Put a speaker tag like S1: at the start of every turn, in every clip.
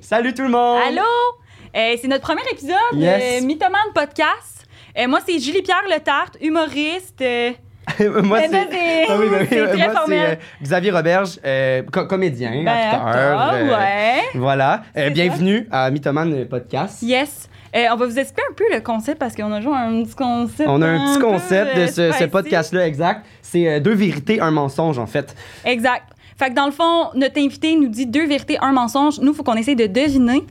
S1: Salut tout le monde!
S2: Allô? Euh, c'est notre premier épisode
S1: Yes.
S2: de Mythomane Podcast. Euh, moi, c'est Julie-Pierre Letarte, humoriste. euh,
S1: moi,
S2: mais
S1: c'est.
S2: non, c'est-
S1: Ah oui, ben oui,
S2: c'est très
S1: moi, c'est euh,
S2: formel.
S1: Xavier Roberge, euh, co- comédien,
S2: Ben,
S1: acteur.
S2: acteur,
S1: euh,
S2: ouais.
S1: Voilà. Euh,
S2: C'est
S1: bienvenue à Mythoman Podcast.
S2: Yes. Euh, on va vous expliquer un peu le concept parce qu'on a joué à un petit concept.
S1: On a un petit
S2: peu,
S1: concept de
S2: euh,
S1: ce, ce
S2: spicy.
S1: podcast-là, exact. C'est euh, deux vérités, un mensonge, en fait.
S2: Exact. Fait que dans le fond, notre invité nous dit deux vérités, un mensonge. Nous, faut qu'on essaye de deviner.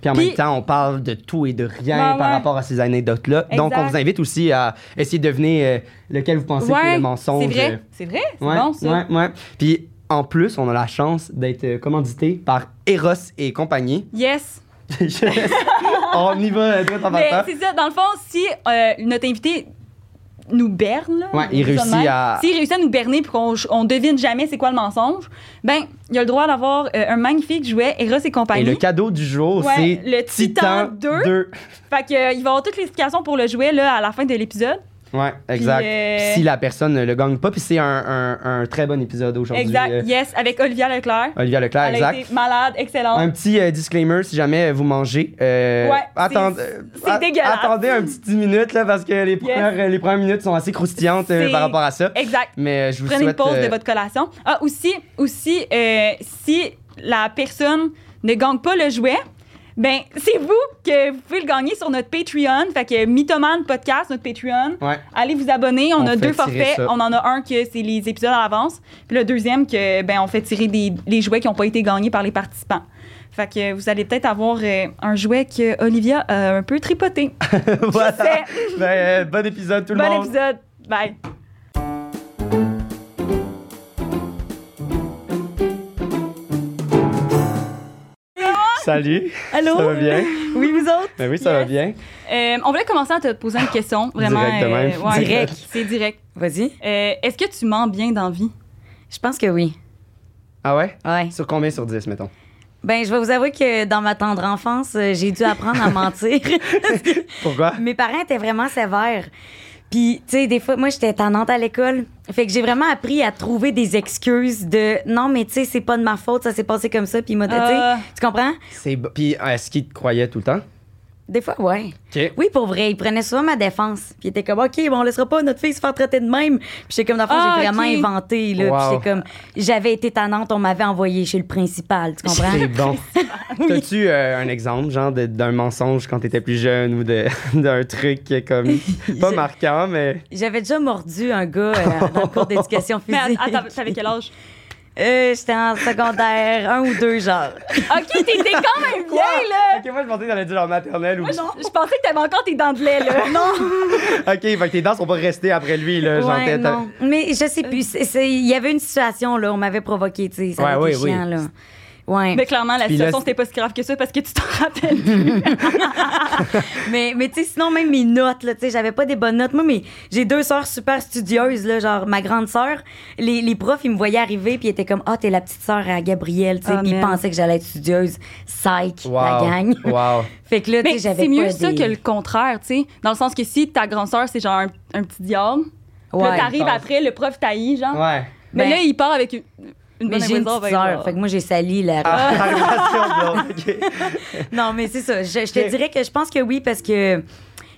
S1: Puis en
S2: Puis-
S1: même temps, on parle de tout et de rien
S2: Ouais,
S1: par
S2: ouais.
S1: rapport à ces anecdotes-là.
S2: Exact.
S1: Donc, on vous invite aussi à essayer de deviner euh, lequel vous pensez que est le mensonge.
S2: C'est
S1: euh,
S2: vrai. C'est vrai. C'est
S1: Ouais,
S2: bon, ça.
S1: ouais, ouais. Puis en plus, on a la chance d'être euh, commandité par Eros et compagnie.
S2: Yes.
S1: on y va euh, droit en
S2: Mais
S1: partant.
S2: c'est ça, dans le fond, si euh, notre invité nous berne, là,
S1: Ouais, il
S2: on dit ça de
S1: réussit
S2: même,
S1: à-
S2: s'il réussit à nous berner puis qu'on on devine jamais c'est quoi le mensonge, ben il a le droit d'avoir euh, un magnifique jouet Eros et
S1: Et
S2: compagnie.
S1: le cadeau du jour,
S2: Ouais,
S1: c'est
S2: le Titan 2. Fait que, euh, il va avoir toutes les explications pour le jouet là, à la fin de l'épisode.
S1: Ouais, exact.
S2: Puis, euh,
S1: Puis Si la personne ne le gagne pas, puis c'est un, un- un très bon épisode aujourd'hui.
S2: Exact,
S1: euh,
S2: yes, avec Olivia Leclerc.
S1: Olivia Leclerc,
S2: Elle
S1: exact.
S2: a été malade, excellente.
S1: Un petit euh, disclaimer si jamais vous mangez. euh,
S2: Ouais, c'est-
S1: attend-
S2: c'est
S1: a-
S2: dégueulasse.
S1: Attendez un petit 10 minutes là, parce que les premières, euh, les premières minutes sont assez croustillantes euh,
S2: C'est-
S1: par rapport à ça.
S2: Exact.
S1: Mais euh, je vous
S2: Prenez une
S1: souhaite.
S2: pause
S1: euh,
S2: de votre collation. Ah, aussi, aussi euh, si la personne ne gagne pas le jouet, ben c'est vous que vous pouvez le gagner sur notre Patreon. Fait que Mythoman Podcast, notre Patreon.
S1: Ouais.
S2: Allez vous abonner. On,
S1: On
S2: a
S1: fait tirer
S2: deux forfaits.
S1: ça.
S2: On en a un que c'est les épisodes à l'avance. Puis le deuxième que, ben, on fait tirer des, les jouets qui n'ont pas été gagnés par les participants. Fait que vous allez peut-être avoir euh, un jouet que Olivia a un peu tripoté.
S1: voilà.
S2: sais.
S1: Ben, euh, bon épisode tout le
S2: bon
S1: monde.
S2: épisode. Bye.
S1: Salut.
S2: Allô?
S1: Ça va bien?
S2: Oui, vous autres?
S1: Ben oui, ça va
S2: Yes.
S1: bien.
S2: Euh, on voulait commencer à te poser une question, vraiment.
S1: Direct de
S2: euh,
S1: même.
S2: ouais,
S3: Direct.
S2: C'est direct.
S3: Vas-y.
S2: Euh, Est-ce que tu mens bien dans la vie?
S3: Je pense que oui.
S1: Ah ouais?
S3: Ouais.
S1: Sur combien sur 10, mettons?
S3: Ben, je vais vous avouer que dans ma tendre enfance, euh, j'ai dû apprendre à mentir. Parce que
S1: Pourquoi?
S3: Mes parents étaient vraiment sévères. Puis, tu sais, des fois, moi, j'étais tannante à l'école. Fait que j'ai vraiment appris à trouver des excuses de non, mais tu sais, c'est pas de ma faute, ça s'est passé comme ça. Puis, moi, tu sais,
S2: Ah.
S3: tu comprends?
S1: C'est... bo- Puis euh, est-ce qu'il te croyait tout le temps?
S3: Des fois, ouais.
S1: OK.
S3: Oui, pour vrai, ils prenaient souvent ma défense. Puis, ils étaient comme, OK, bon, on laissera pas notre fille se faire traiter de même. Puis, j'étais comme, dans le fond,
S2: Ah,
S3: j'ai vraiment
S2: ok.
S3: inventé, là.
S1: Wow.
S3: Puis, j'étais comme, j'avais été tannante, on m'avait envoyée chez le principal, tu comprends?
S1: C'est bon. T'as-tu euh, un exemple, genre, de- d'un mensonge quand t'étais plus jeune ou de- d'un truc qui est comme... pas
S3: Je-
S1: marquant, mais...
S3: J'avais déjà mordu un gars euh, dans le cours d'éducation
S2: Mais
S3: physique.
S2: attends, t'avais quel âge?
S3: Euh, J'étais en secondaire, un ou deux, genre.
S2: OK, t'étais quand même bien, là!
S1: OK, moi, je pensais que t'allais dire en maternelle ou...
S2: Moi, je, je pensais que t'avais encore tes dents de lait, là. Non!
S1: OK, fait que tes dents sont pas restées après lui, là, genre...
S3: Ouais,
S1: t'as- t'as-
S3: non. Mais je sais plus. c'est- c'est- Il y avait une situation, là, on m'avait provoqué, tu sais. Ça
S1: Ouais,
S3: avait été
S1: oui,
S3: chiant,
S1: oui.
S3: là. Ouais.
S2: Mais clairement, la
S1: Puis là,
S2: situation,
S1: c'est-
S2: c'était pas si grave que ça parce que tu t'en rappelles. plus.
S3: Mais, mais tu sais, sinon, même mes notes, là, tu sais, j'avais pas des bonnes notes. Moi, mais j'ai deux sœurs super studieuses, là, genre ma grande sœur. Les, les profs, ils me voyaient arriver, puis ils étaient comme, ah, t'es la petite sœur à Gabrielle, tu sais.
S2: Ah,
S3: puis ils
S2: merde.
S3: pensaient que j'allais être studieuse. Psych, la
S1: Wow.
S3: gang.
S1: Wow.
S3: Fait que là, tu
S2: Mais
S3: sais, j'avais
S2: c'est mieux
S3: pas
S2: ça
S3: des-
S2: que le contraire, tu sais. Dans le sens que si ta grande sœur c'est genre un, un petit diable, puis là,
S3: Ouais.
S2: t'arrives après, le prof taillit, genre.
S1: Ouais.
S2: Mais
S3: Ben-
S2: là, il part avec une, une
S3: Mais
S2: bonne
S3: j'ai une
S2: raison,
S3: petite
S2: ben,
S3: sœur,
S2: genre.
S3: fait que moi, j'ai sali la
S1: Ah, ta relation, blonde, OK.
S3: Non, mais c'est ça. Je, je te
S1: Ok.
S3: dirais que je pense que oui, parce que, tu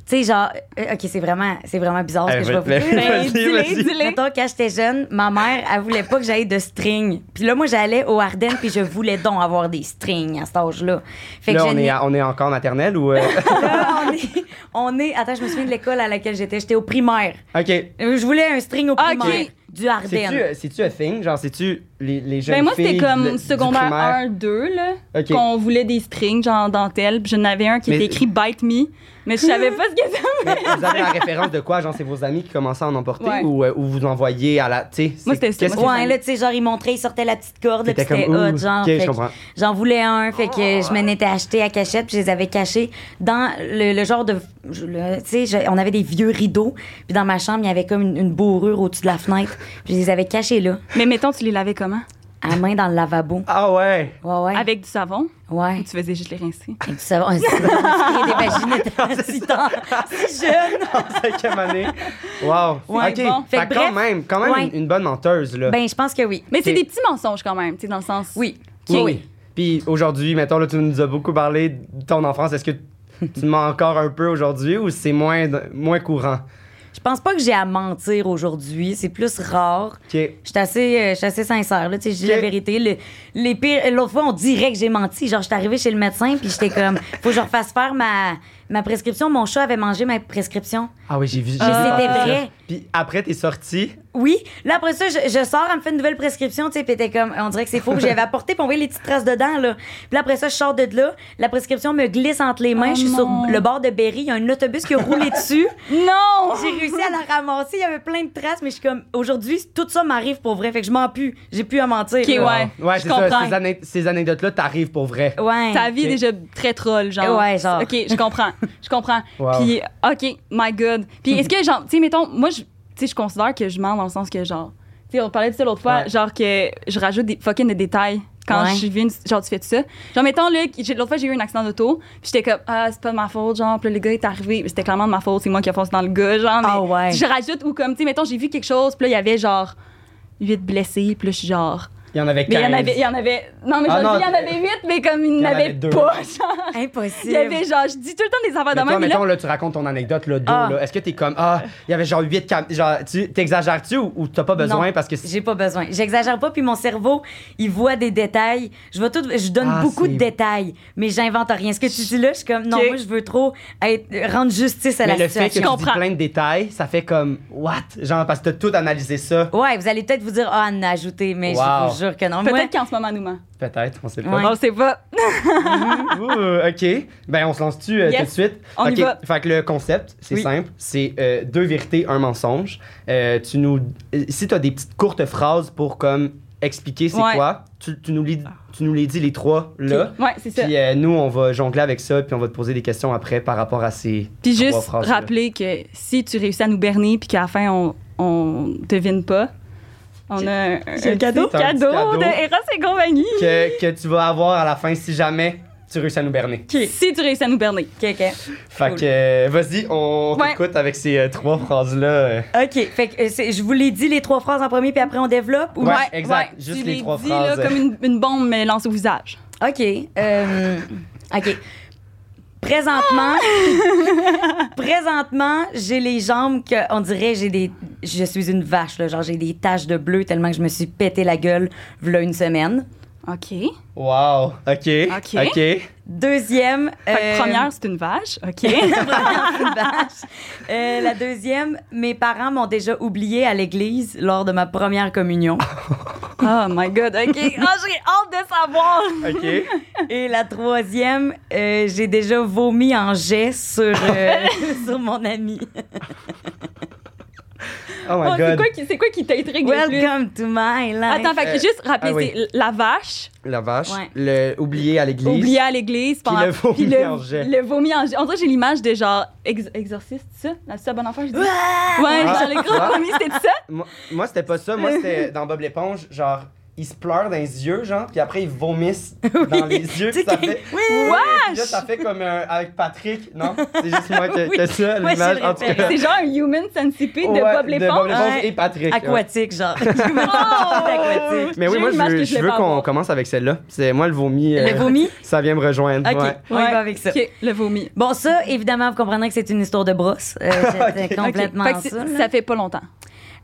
S3: sais, genre, euh, OK, c'est vraiment, c'est vraiment bizarre ce
S1: Eh,
S3: que je vais
S1: ben,
S3: vous dire.
S1: ben,
S2: Ben,
S1: Vas-y, vas-y.
S2: dis-les, dis-les.
S3: Mettons, quand j'étais jeune, ma mère, elle voulait pas que j'aille de string. Puis là, moi, j'allais au Ardennes, puis je voulais donc avoir des strings à cet âge-là. Fait
S1: Là,
S3: je
S1: on
S3: n'ai-
S1: est, à- on est encore en maternelle ou... euh,
S3: Là, on est... on est- Attends, je me souviens de l'école à laquelle j'étais. J'étais au primaire.
S1: OK.
S3: Euh, Je voulais un string au
S2: Ah,
S3: primaire.
S2: ok.
S3: Du Ardennes.
S1: C'est-tu, euh, c'est-tu a thing? Genre, c'est-tu les, les jeunes
S2: Ben moi,
S1: filles
S2: c'était
S1: de-
S2: comme
S1: du
S2: secondaire
S1: primaire?
S2: 1, 2, là.
S1: Ok.
S2: Qu'on voulait des strings, genre en dentelle. Puis j'en avais un qui
S1: Mais-
S2: était écrit Bite Me. Mais je savais pas ce que ça
S1: Mais vous avez la référence de quoi? Genre, c'est vos amis qui commencent à en emporter
S2: Ouais.
S1: ou, euh, ou vous envoyez à la. Tu sais,
S2: Moi,
S1: c'est-
S2: c'était-
S1: qu'est-ce
S2: moi,
S1: qui-
S2: c'était-
S3: Ouais, là, tu sais, genre, ils montraient, ils sortaient la petite corde, puis
S1: T'étais
S3: c'était
S1: comme,
S3: hot,
S1: ouh,
S3: genre.
S1: ok,
S3: fait
S1: je
S3: que
S1: comprends.
S3: J'en voulais un, fait que je m'en étais acheté à cachette, puis je les avais cachés dans le, le genre de. je- le- Tu sais, je- on avait des vieux rideaux, puis dans ma chambre, il y avait comme une, une bourrure au-dessus de la fenêtre, puis je les avais cachés là,
S2: Mais mettons, tu les lavais comment?
S3: à main dans le lavabo.
S1: Ah ouais!
S3: Ouais, ouais.
S2: Avec du savon? Ou
S3: Ouais.
S2: tu faisais juste les rincer?
S3: Et tu savais, on s'est des vaginettes à six ans, si jeune.
S1: En cinquième année. Wow!
S3: Ouais,
S1: ok,
S3: bon.
S1: Fait
S3: Fait que
S1: quand
S3: bref,
S1: même, quand même
S3: ouais.
S1: une, une bonne menteuse, là.
S3: Ben, je pense que oui.
S2: Mais c'est
S1: Ok.
S2: des petits mensonges quand même, tu sais, dans le sens.
S3: Oui.
S1: Oui,
S2: Ok.
S1: oui. Puis aujourd'hui, mettons, là, tu nous as beaucoup parlé de ton enfance. Est-ce que tu mens encore un peu aujourd'hui ou c'est moins, moins courant?
S3: Je pense pas que j'ai à mentir aujourd'hui. C'est plus rare.
S1: OK.
S3: Je suis assez, euh, je suis assez sincère. Là, tu sais, je dis la
S1: Ok.
S3: vérité. Le- les pires, l'autre fois, on dirait que j'ai menti. Genre, je suis arrivée chez le médecin, puis j'étais comme, faut que je refasse faire ma, ma prescription. Mon chat avait mangé ma prescription.
S1: Ah oui, j'ai vu.
S3: Mais c'était vrai.
S1: Puis après, t'es sorti.
S3: Oui. Là, après ça, je, je sors, elle me fait une nouvelle prescription, tu sais, puis t'es comme, on dirait que c'est faux, que j'avais apporté, puis on voyait les petites traces dedans, là. Puis là, après ça, je sors de là, la prescription me glisse entre les mains,
S2: Oh
S3: je suis sur
S2: non.
S3: le bord de Berry, il y a un autobus qui a roulé dessus.
S2: Non!
S3: J'ai réussi à la ramasser, il y avait plein de traces, mais je suis comme, aujourd'hui, tout ça m'arrive pour vrai, fait que je m'en pue, j'ai plus à mentir.
S2: Ok,
S3: là.
S2: Ouais,
S1: ouais
S2: je
S1: c'est
S2: comprends.
S1: ça. Ces, ané- ces anecdotes-là, t'arrives pour vrai.
S3: Ouais.
S2: Ta vie est
S1: Ok.
S2: déjà très troll, genre.
S3: Ouais, genre.
S2: OK, je comprends. Je comprends.
S1: Wow.
S2: Puis, OK, my God. Puis, est-ce que, genre, tu sais, mettons, moi, je- tu sais, je considère que je mens dans le sens que, genre, tu sais, on parlait de ça l'autre fois,
S1: Ouais.
S2: genre, que je rajoute des fucking des détails quand
S3: Ouais.
S2: je viens, genre, tu fais tout ça. Genre, mettons, là, j'ai- l'autre fois, j'ai eu un accident d'auto, puis j'étais comme, ah, c'est pas de ma faute, genre, puis là, le gars est arrivé, mais c'était clairement de ma faute, c'est moi qui ai foncé dans le gars, genre.
S3: Ah
S2: mais
S3: ouais.
S2: Je rajoute, ou comme, tu sais, mettons, j'ai vu quelque chose, puis là, il y avait, genre, huit blessés, puis là, je suis genre.
S1: Il y en avait 15.
S2: Mais il y en avait, il y en avait. Non, mais
S1: Ah
S2: je
S1: non,
S2: dis, il y en
S1: euh,
S2: avait huit, mais comme il n'y en avait,
S1: deux.
S2: pas, genre.
S3: Impossible.
S2: Il y avait, genre, je dis tout le temps des affaires
S1: Mais
S2: de
S1: toi,
S2: même. mais là-
S1: mettons, là, tu racontes ton anecdote, là, d'eau,
S3: Ah.
S1: là. Est-ce que t'es comme, ah, il y avait genre 8 cam... Genre, tu t'exagères-tu ou, ou t'as pas besoin
S3: Non,
S1: parce que. c'est-
S3: j'ai pas besoin. J'exagère pas, puis mon cerveau, il voit des détails. Je vois tout, je donne
S1: Ah,
S3: beaucoup de
S1: c'est-
S3: détails, mais j'invente rien. Ce que tu dis là, je suis comme non,
S2: Ok.
S3: moi je veux trop être- rendre justice à
S1: Mais
S3: la
S1: le fait que tu
S3: situation.
S1: dis
S2: comprends.
S1: plein de détails, ça fait comme, what? Genre, parce que t'as tout analysé ça.
S3: Ouais, vous allez peut-être vous dire ah, Anna, ajoutez, mais je
S1: Wow.
S3: vous jure que non. Moi,
S2: Peut-être qu'en ce moment, nous ment.
S1: Peut-être, on sait pas.
S3: Ouais.
S2: On le sait pas.
S1: Ouh, OK. Ben, on se lance-tu euh,
S2: Yes.
S1: tout de suite?
S2: On y
S1: OK.
S2: va.
S1: Fait que le concept, c'est
S3: Oui.
S1: simple. C'est euh, deux vérités, un mensonge. Euh, tu nous... euh, Si t'as des petites courtes phrases pour, comme, expliquer c'est
S2: Ouais.
S1: quoi, tu, tu nous les, tu nous les dis les trois, là.
S2: Ouais, c'est ça.
S1: Puis euh, nous, on va jongler avec ça, puis on va te poser des questions après par rapport à ces
S2: Puis
S1: trois
S2: juste
S1: phrases-là.
S2: rappeler que si tu réussis à nous berner, puis qu'à la fin, on, on devine pas, on a un,
S1: j'ai un cadeau.
S2: petit cadeau,
S1: T'as un petit cadeau.
S2: de Eros et compagnie.
S1: Que, que tu vas avoir à la fin si jamais tu réussis à nous berner.
S2: Si tu réussis à nous berner.
S3: Ok, ok.
S1: Fait
S3: Cool.
S1: que, euh, vas-y, on
S2: Ouais.
S1: t'écoute avec ces euh, trois phrases-là. euh.
S3: Ok, fait que euh, c'est- je vous l'ai dit les trois phrases en premier, puis après on développe. Ou...
S1: Ouais, exact. Juste
S2: tu
S1: les trois
S2: dis,
S1: phrases.
S2: Là, comme une, une bombe mais lancée au visage.
S3: Ok. euh, ok. Présentement, présentement, j'ai les jambes que, on dirait, j'ai des, je suis une vache là, genre j'ai des taches de bleu tellement que je me suis pété la gueule v'là une semaine.
S2: OK.
S1: Wow. OK.
S2: OK.
S1: OK.
S3: Deuxième,
S2: Fait que
S3: euh,
S2: première, c'est une vache. OK.
S3: première, c'est une vache. Euh, la deuxième, mes parents m'ont déjà oublié à l'église lors de ma première communion.
S2: oh my God. OK. Ah, j'ai hâte de savoir.
S1: OK.
S3: Et la troisième, euh, j'ai déjà vomi en jet sur euh, sur mon ami.
S1: Oh my
S2: Oh, c'est
S1: god.
S2: quoi qui, c'est quoi qui t'intrigue le plus?
S3: Welcome to my life.
S2: Attends, fait que
S1: Euh,
S2: juste rappeler,
S1: ah oui.
S2: c'est la vache
S1: La vache.
S3: Ouais.
S1: Le oublié à l'église.
S2: oubliée à l'église pendant
S1: le vomi
S2: puis le,
S1: en jet.
S2: le vomi en jet. En vrai, j'ai l'image de genre ex- exorciste, ça. La petite bonne enfant, je dis. Ouais,
S1: Ah,
S2: genre le gros
S1: ah.
S2: vomi, c'était ça.
S1: Moi, moi, c'était pas ça. Moi, c'était dans Bob l'éponge, genre, ils se pleurent dans les yeux, genre, puis après, ils vomissent dans les yeux. puis
S3: Tu sais
S1: ça
S3: qu'il-
S1: fait...
S3: Oui.
S1: Puis Là, ça fait comme un- avec Patrick, non? C'est juste moi que,
S3: Oui.
S1: que ça,
S3: Moi,
S1: l'image.
S3: j'ai le
S1: En tout cas,
S2: C'est genre un human centipede de
S1: Ouais,
S2: Bob l'éponge.
S3: Ouais.
S1: et Patrick. ouais.
S3: Aquatique, genre.
S2: Oh!
S1: Mais oui,
S2: J'ai
S1: moi,
S2: l'image
S1: je,
S2: que
S1: je
S2: voulais
S1: veux
S2: pas
S1: qu'on
S2: avoir.
S1: commence avec celle-là. C'est moi, le vomi, euh,
S3: Le vomi?
S1: ça vient me rejoindre.
S3: OK,
S1: ouais.
S3: on y va avec ça.
S2: OK, le vomi.
S3: Bon, ça, évidemment, vous comprendrez que c'est une histoire de brosse. Euh, J'étais
S1: Ok.
S3: complètement
S2: Ok, fait que
S3: ça.
S2: c'est-
S3: là.
S2: ça fait pas longtemps.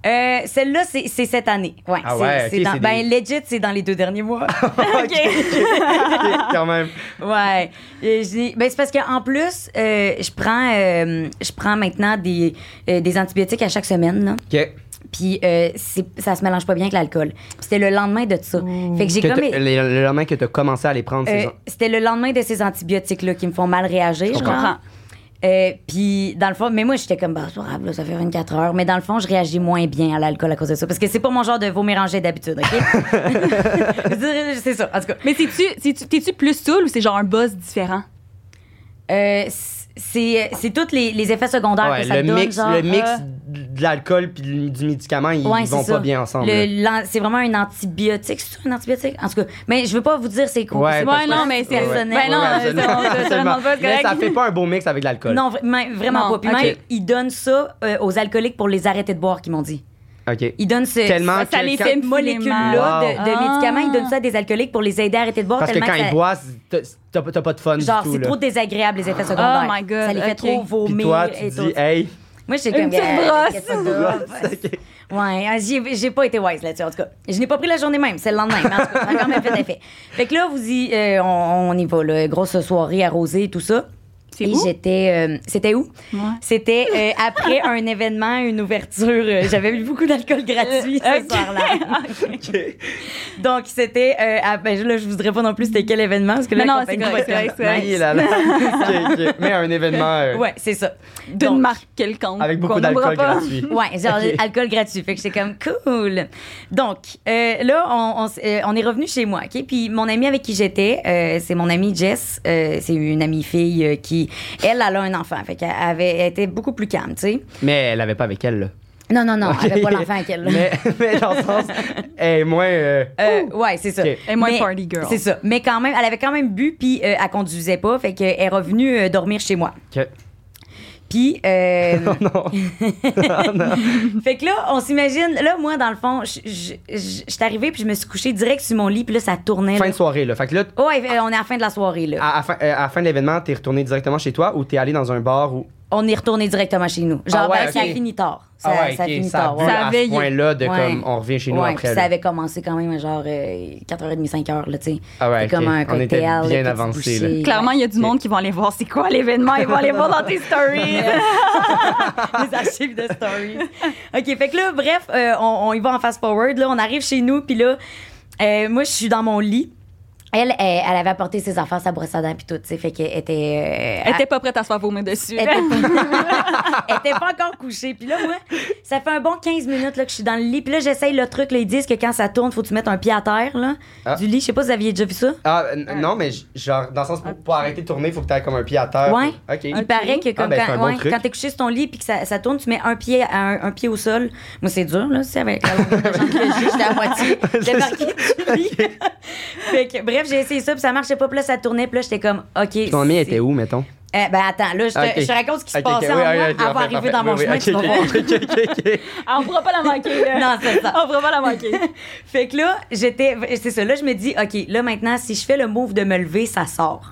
S3: Euh, Celle-là, c'est c'est cette année. Ouais,
S1: Ah
S3: c'est-
S1: ouais,
S3: c'est
S1: ok,
S3: dans-
S1: c'est
S3: Ben,
S1: des-
S3: legit, c'est dans les deux derniers mois.
S1: OK, quand même.
S3: ouais. Et j'ai- Ben, c'est parce qu'en plus, euh, je prends, euh, je prends maintenant des, euh, des antibiotiques à chaque semaine. Là.
S1: OK.
S3: Puis euh, c'est- ça se mélange pas bien avec l'alcool. Puis C'était le lendemain de ça. Fait que j'ai
S1: Que
S3: comme...
S1: t'as- le, le lendemain que t'as commencé à les prendre,
S3: Euh,
S1: c'est genre-
S3: c'était le lendemain de ces antibiotiques-là qui me font mal réagir.
S1: comprends.
S3: genre. Euh, puis, dans le fond, mais moi, j'étais comme, bah, c'est pas grave, là, ça fait 24 heures. Mais dans le fond, je réagis moins bien à l'alcool à cause de ça. Parce que c'est pas mon genre de vomir en jet d'habitude, OK? Je dirais- c'est ça, en tout cas.
S2: Mais c'est-tu, c'est-tu- t'es-tu plus saoul ou c'est genre un buzz différent?
S3: Euh, c'est c'est tous les, les effets secondaires
S1: Ouais,
S3: que ça
S1: le,
S3: donne,
S1: mix,
S3: genre,
S1: le mix
S3: euh,
S1: de l'alcool puis du du médicament, ils,
S3: ouais,
S1: ils
S3: c'est
S1: vont
S3: ça.
S1: pas bien ensemble.
S3: Le-
S1: là.
S3: l'an- C'est vraiment un antibiotique. C'est un antibiotique? En tout cas, mais je veux pas vous dire c'est quoi.
S1: Ouais,
S3: c'est
S1: parce
S2: Ouais,
S1: que-
S2: non, mais c'est.
S1: Ouais, ouais.
S2: Ben
S3: personnel.
S2: non,
S1: Ouais,
S2: c'est- on- on- on- on- on- on- on-
S1: Mais ça
S2: correct.
S1: fait pas un beau mix avec l'alcool.
S3: Non, vra- mais- vraiment
S2: Non,
S3: pas. Puis
S2: ok.
S3: même, ils donnent ça euh, aux alcooliques pour les arrêter de boire, qu'ils m'ont dit.
S1: OK.
S3: Ils donnent ce,
S1: Tellement
S2: Ça, ça
S1: que
S2: les
S1: quand-
S2: fait
S3: cette molécule-là de,
S1: Wow.
S3: de
S2: Ah.
S3: médicaments. Ils donnent ça à des alcooliques pour les aider à arrêter de boire.
S1: Parce que
S3: tellement
S1: quand
S3: ça-
S1: ils boivent, t'as- t'as pas- t'as pas de fun
S3: Genre,
S1: du tout.
S3: c'est
S1: là.
S3: trop désagréable, les effets secondaires.
S2: Oh my God,
S3: Ça les fait
S2: ok.
S3: trop
S1: Puis
S3: vomir.
S1: toi, tu
S3: et Ah,
S1: dis,
S3: tout.
S1: hey,
S3: Moi, j'étais
S2: Une
S3: comme...
S2: petite
S3: Yeah,
S2: brosse.
S3: qu'est-ce que ça donne?
S1: ok.
S3: Ouais, hein, j'ai, j'ai pas été wise là-dessus, en tout cas. Je n'ai pas pris la journée même, c'est le lendemain. mais en tout cas, ça a quand même fait effet. Fait que là, vous y, euh, on, on y va, là, grosse soirée arrosée et tout ça.
S2: C'est
S3: et
S2: où?
S3: j'étais. euh, c'était où?
S2: Ouais.
S3: C'était euh, après un événement, une ouverture. euh, j'avais bu beaucoup d'alcool gratuit
S2: Euh,
S3: ce
S2: ok.
S3: soir-là.
S1: Ok.
S3: Donc, c'était. euh, à- ben, là, je vous dirais pas non plus c'était quel événement. Parce que là,
S2: Mais
S3: la
S2: non,
S3: compagnie
S2: c'est correct,
S3: va être
S2: c'est
S3: comme,
S2: correct,
S3: nice.
S1: Hey, là, là. Ok, ok. Mais un événement euh,
S3: Ouais, c'est ça.
S2: D'une
S3: Donc,
S2: marque quelconque.
S1: avec
S2: qu'on
S1: beaucoup
S2: nommera
S1: d'alcool
S2: pas.
S1: gratuit.
S3: Ouais, genre
S1: Ok.
S3: alcool gratuit. Fait que c'est comme cool. Donc, euh, là, on, on s- euh, on est revenu chez moi, OK? Puis mon amie avec qui j'étais, euh, c'est mon amie Jess. euh, c'est une amie fille euh, qui, elle, elle a un enfant. Fait qu'elle avait, elle était beaucoup plus calme, tu sais.
S1: Mais elle l'avait pas avec elle, là.
S3: Non, non, non, elle avait
S1: Ok.
S3: pas l'enfant avec elle. là.
S1: Mais, mais dans le sens, elle est moins. euh,
S3: Euh, ouais, c'est ça.
S1: Ok.
S2: Et moi,
S3: Mais-
S2: party girl.
S3: C'est ça. Mais quand même, elle avait quand même bu, puis euh, elle conduisait pas. Fait qu'elle est revenue euh, dormir chez moi.
S1: que-
S3: Puis... euh,
S1: Non.
S3: Fait que là, on s'imagine, là, moi, dans le fond, je je- je- j'étais arrivée, puis je me suis couchée direct sur mon lit, puis là, ça tournait.
S1: Fin
S3: Là.
S1: de soirée, là. Fait que là, t-
S3: Ouais, euh, on est à la fin de la soirée, là.
S1: à, à fin, euh, à la fin de l'événement, t'es retourné directement chez toi ou t'es allé dans un bar ou.
S3: On est retourné directement chez nous. Genre,
S1: Ah ouais,
S3: ben, ça
S1: ok.
S3: finit tard. Ça,
S1: ah ouais,
S3: ça
S1: ok,
S3: finit
S1: ça a
S3: tard.
S1: bu
S3: ouais.
S2: Ça
S1: à
S2: veillait.
S1: ce point-là de
S3: Ouais.
S1: comme on revient chez nous
S3: Ouais,
S1: après.
S3: puis ça
S1: là.
S3: avait commencé quand même à genre euh, 4h30, 5h, là, tu sais.
S1: Ah ouais,
S3: C'est
S1: ok.
S3: comme un
S1: On
S3: cocktail.
S1: était bien
S3: petite
S1: avancé, là.
S3: bouchée,
S2: Clairement, il y a du monde qui vont aller voir c'est quoi l'événement. Ils vont aller voir dans tes stories.
S3: les archives de stories. OK, fait que là, bref, euh, on, on y va en fast-forward. Là, on arrive chez nous, puis là, euh, moi, je suis dans mon lit. Elle, elle, elle avait apporté ses affaires, sa brosse à dents, puis tout, tu sais, fait qu'elle était... euh,
S2: Elle était pas prête à se faire vomir dessus.
S3: elle était pas, elle était pas encore couchée. Puis là, moi, ça fait un bon 15 minutes là, que je suis dans le lit. Puis là, j'essaye le truc. Là, ils disent que quand ça tourne, faut que tu mettes un pied à terre là,
S1: Ah.
S3: du lit. Je sais pas si vous aviez déjà vu ça.
S1: Ah, n- non, mais j- genre, dans le sens, pour, pour arrêter de tourner, faut que t'aies comme un pied à terre.
S3: Ouais.
S1: Ok.
S3: Il paraît que comme
S1: Ah, ben, c'est
S3: quand,
S1: un bon
S3: ouais,
S1: truc.
S3: quand t'es couché sur ton lit puis que ça, ça tourne, tu mets un pied, à un, un pied au sol. Moi, c'est dur, là, c'est avec la longueur de jambe que j'ai, j'étais à moitié débarquée du lit. fait que, bref, j'ai essayé ça, puis ça marchait pas, puis là, ça tournait, puis là, j'étais comme, OK.
S1: Ton ami
S3: c'est-
S1: était où, mettons?
S3: Eh, ben attends, là, je te,
S1: Ok.
S3: je te raconte ce qui se
S1: Ok, ok,
S3: passait en
S1: oui,
S3: moi
S1: ok, ok,
S3: avant
S1: parfait,
S3: d'arriver dans
S1: parfait,
S3: mon
S1: oui,
S3: chemin,
S1: oui,
S3: tu vas
S1: ok,
S3: voir.
S1: ok, ok, ok, ok.
S2: Ah, on pourra pas la manquer. là.
S3: Non, c'est ça.
S2: On pourra pas la manquer.
S3: Fait que là, j'étais. C'est ça. Là, je me dis, OK, là, maintenant, si je fais le move de me lever, ça sort.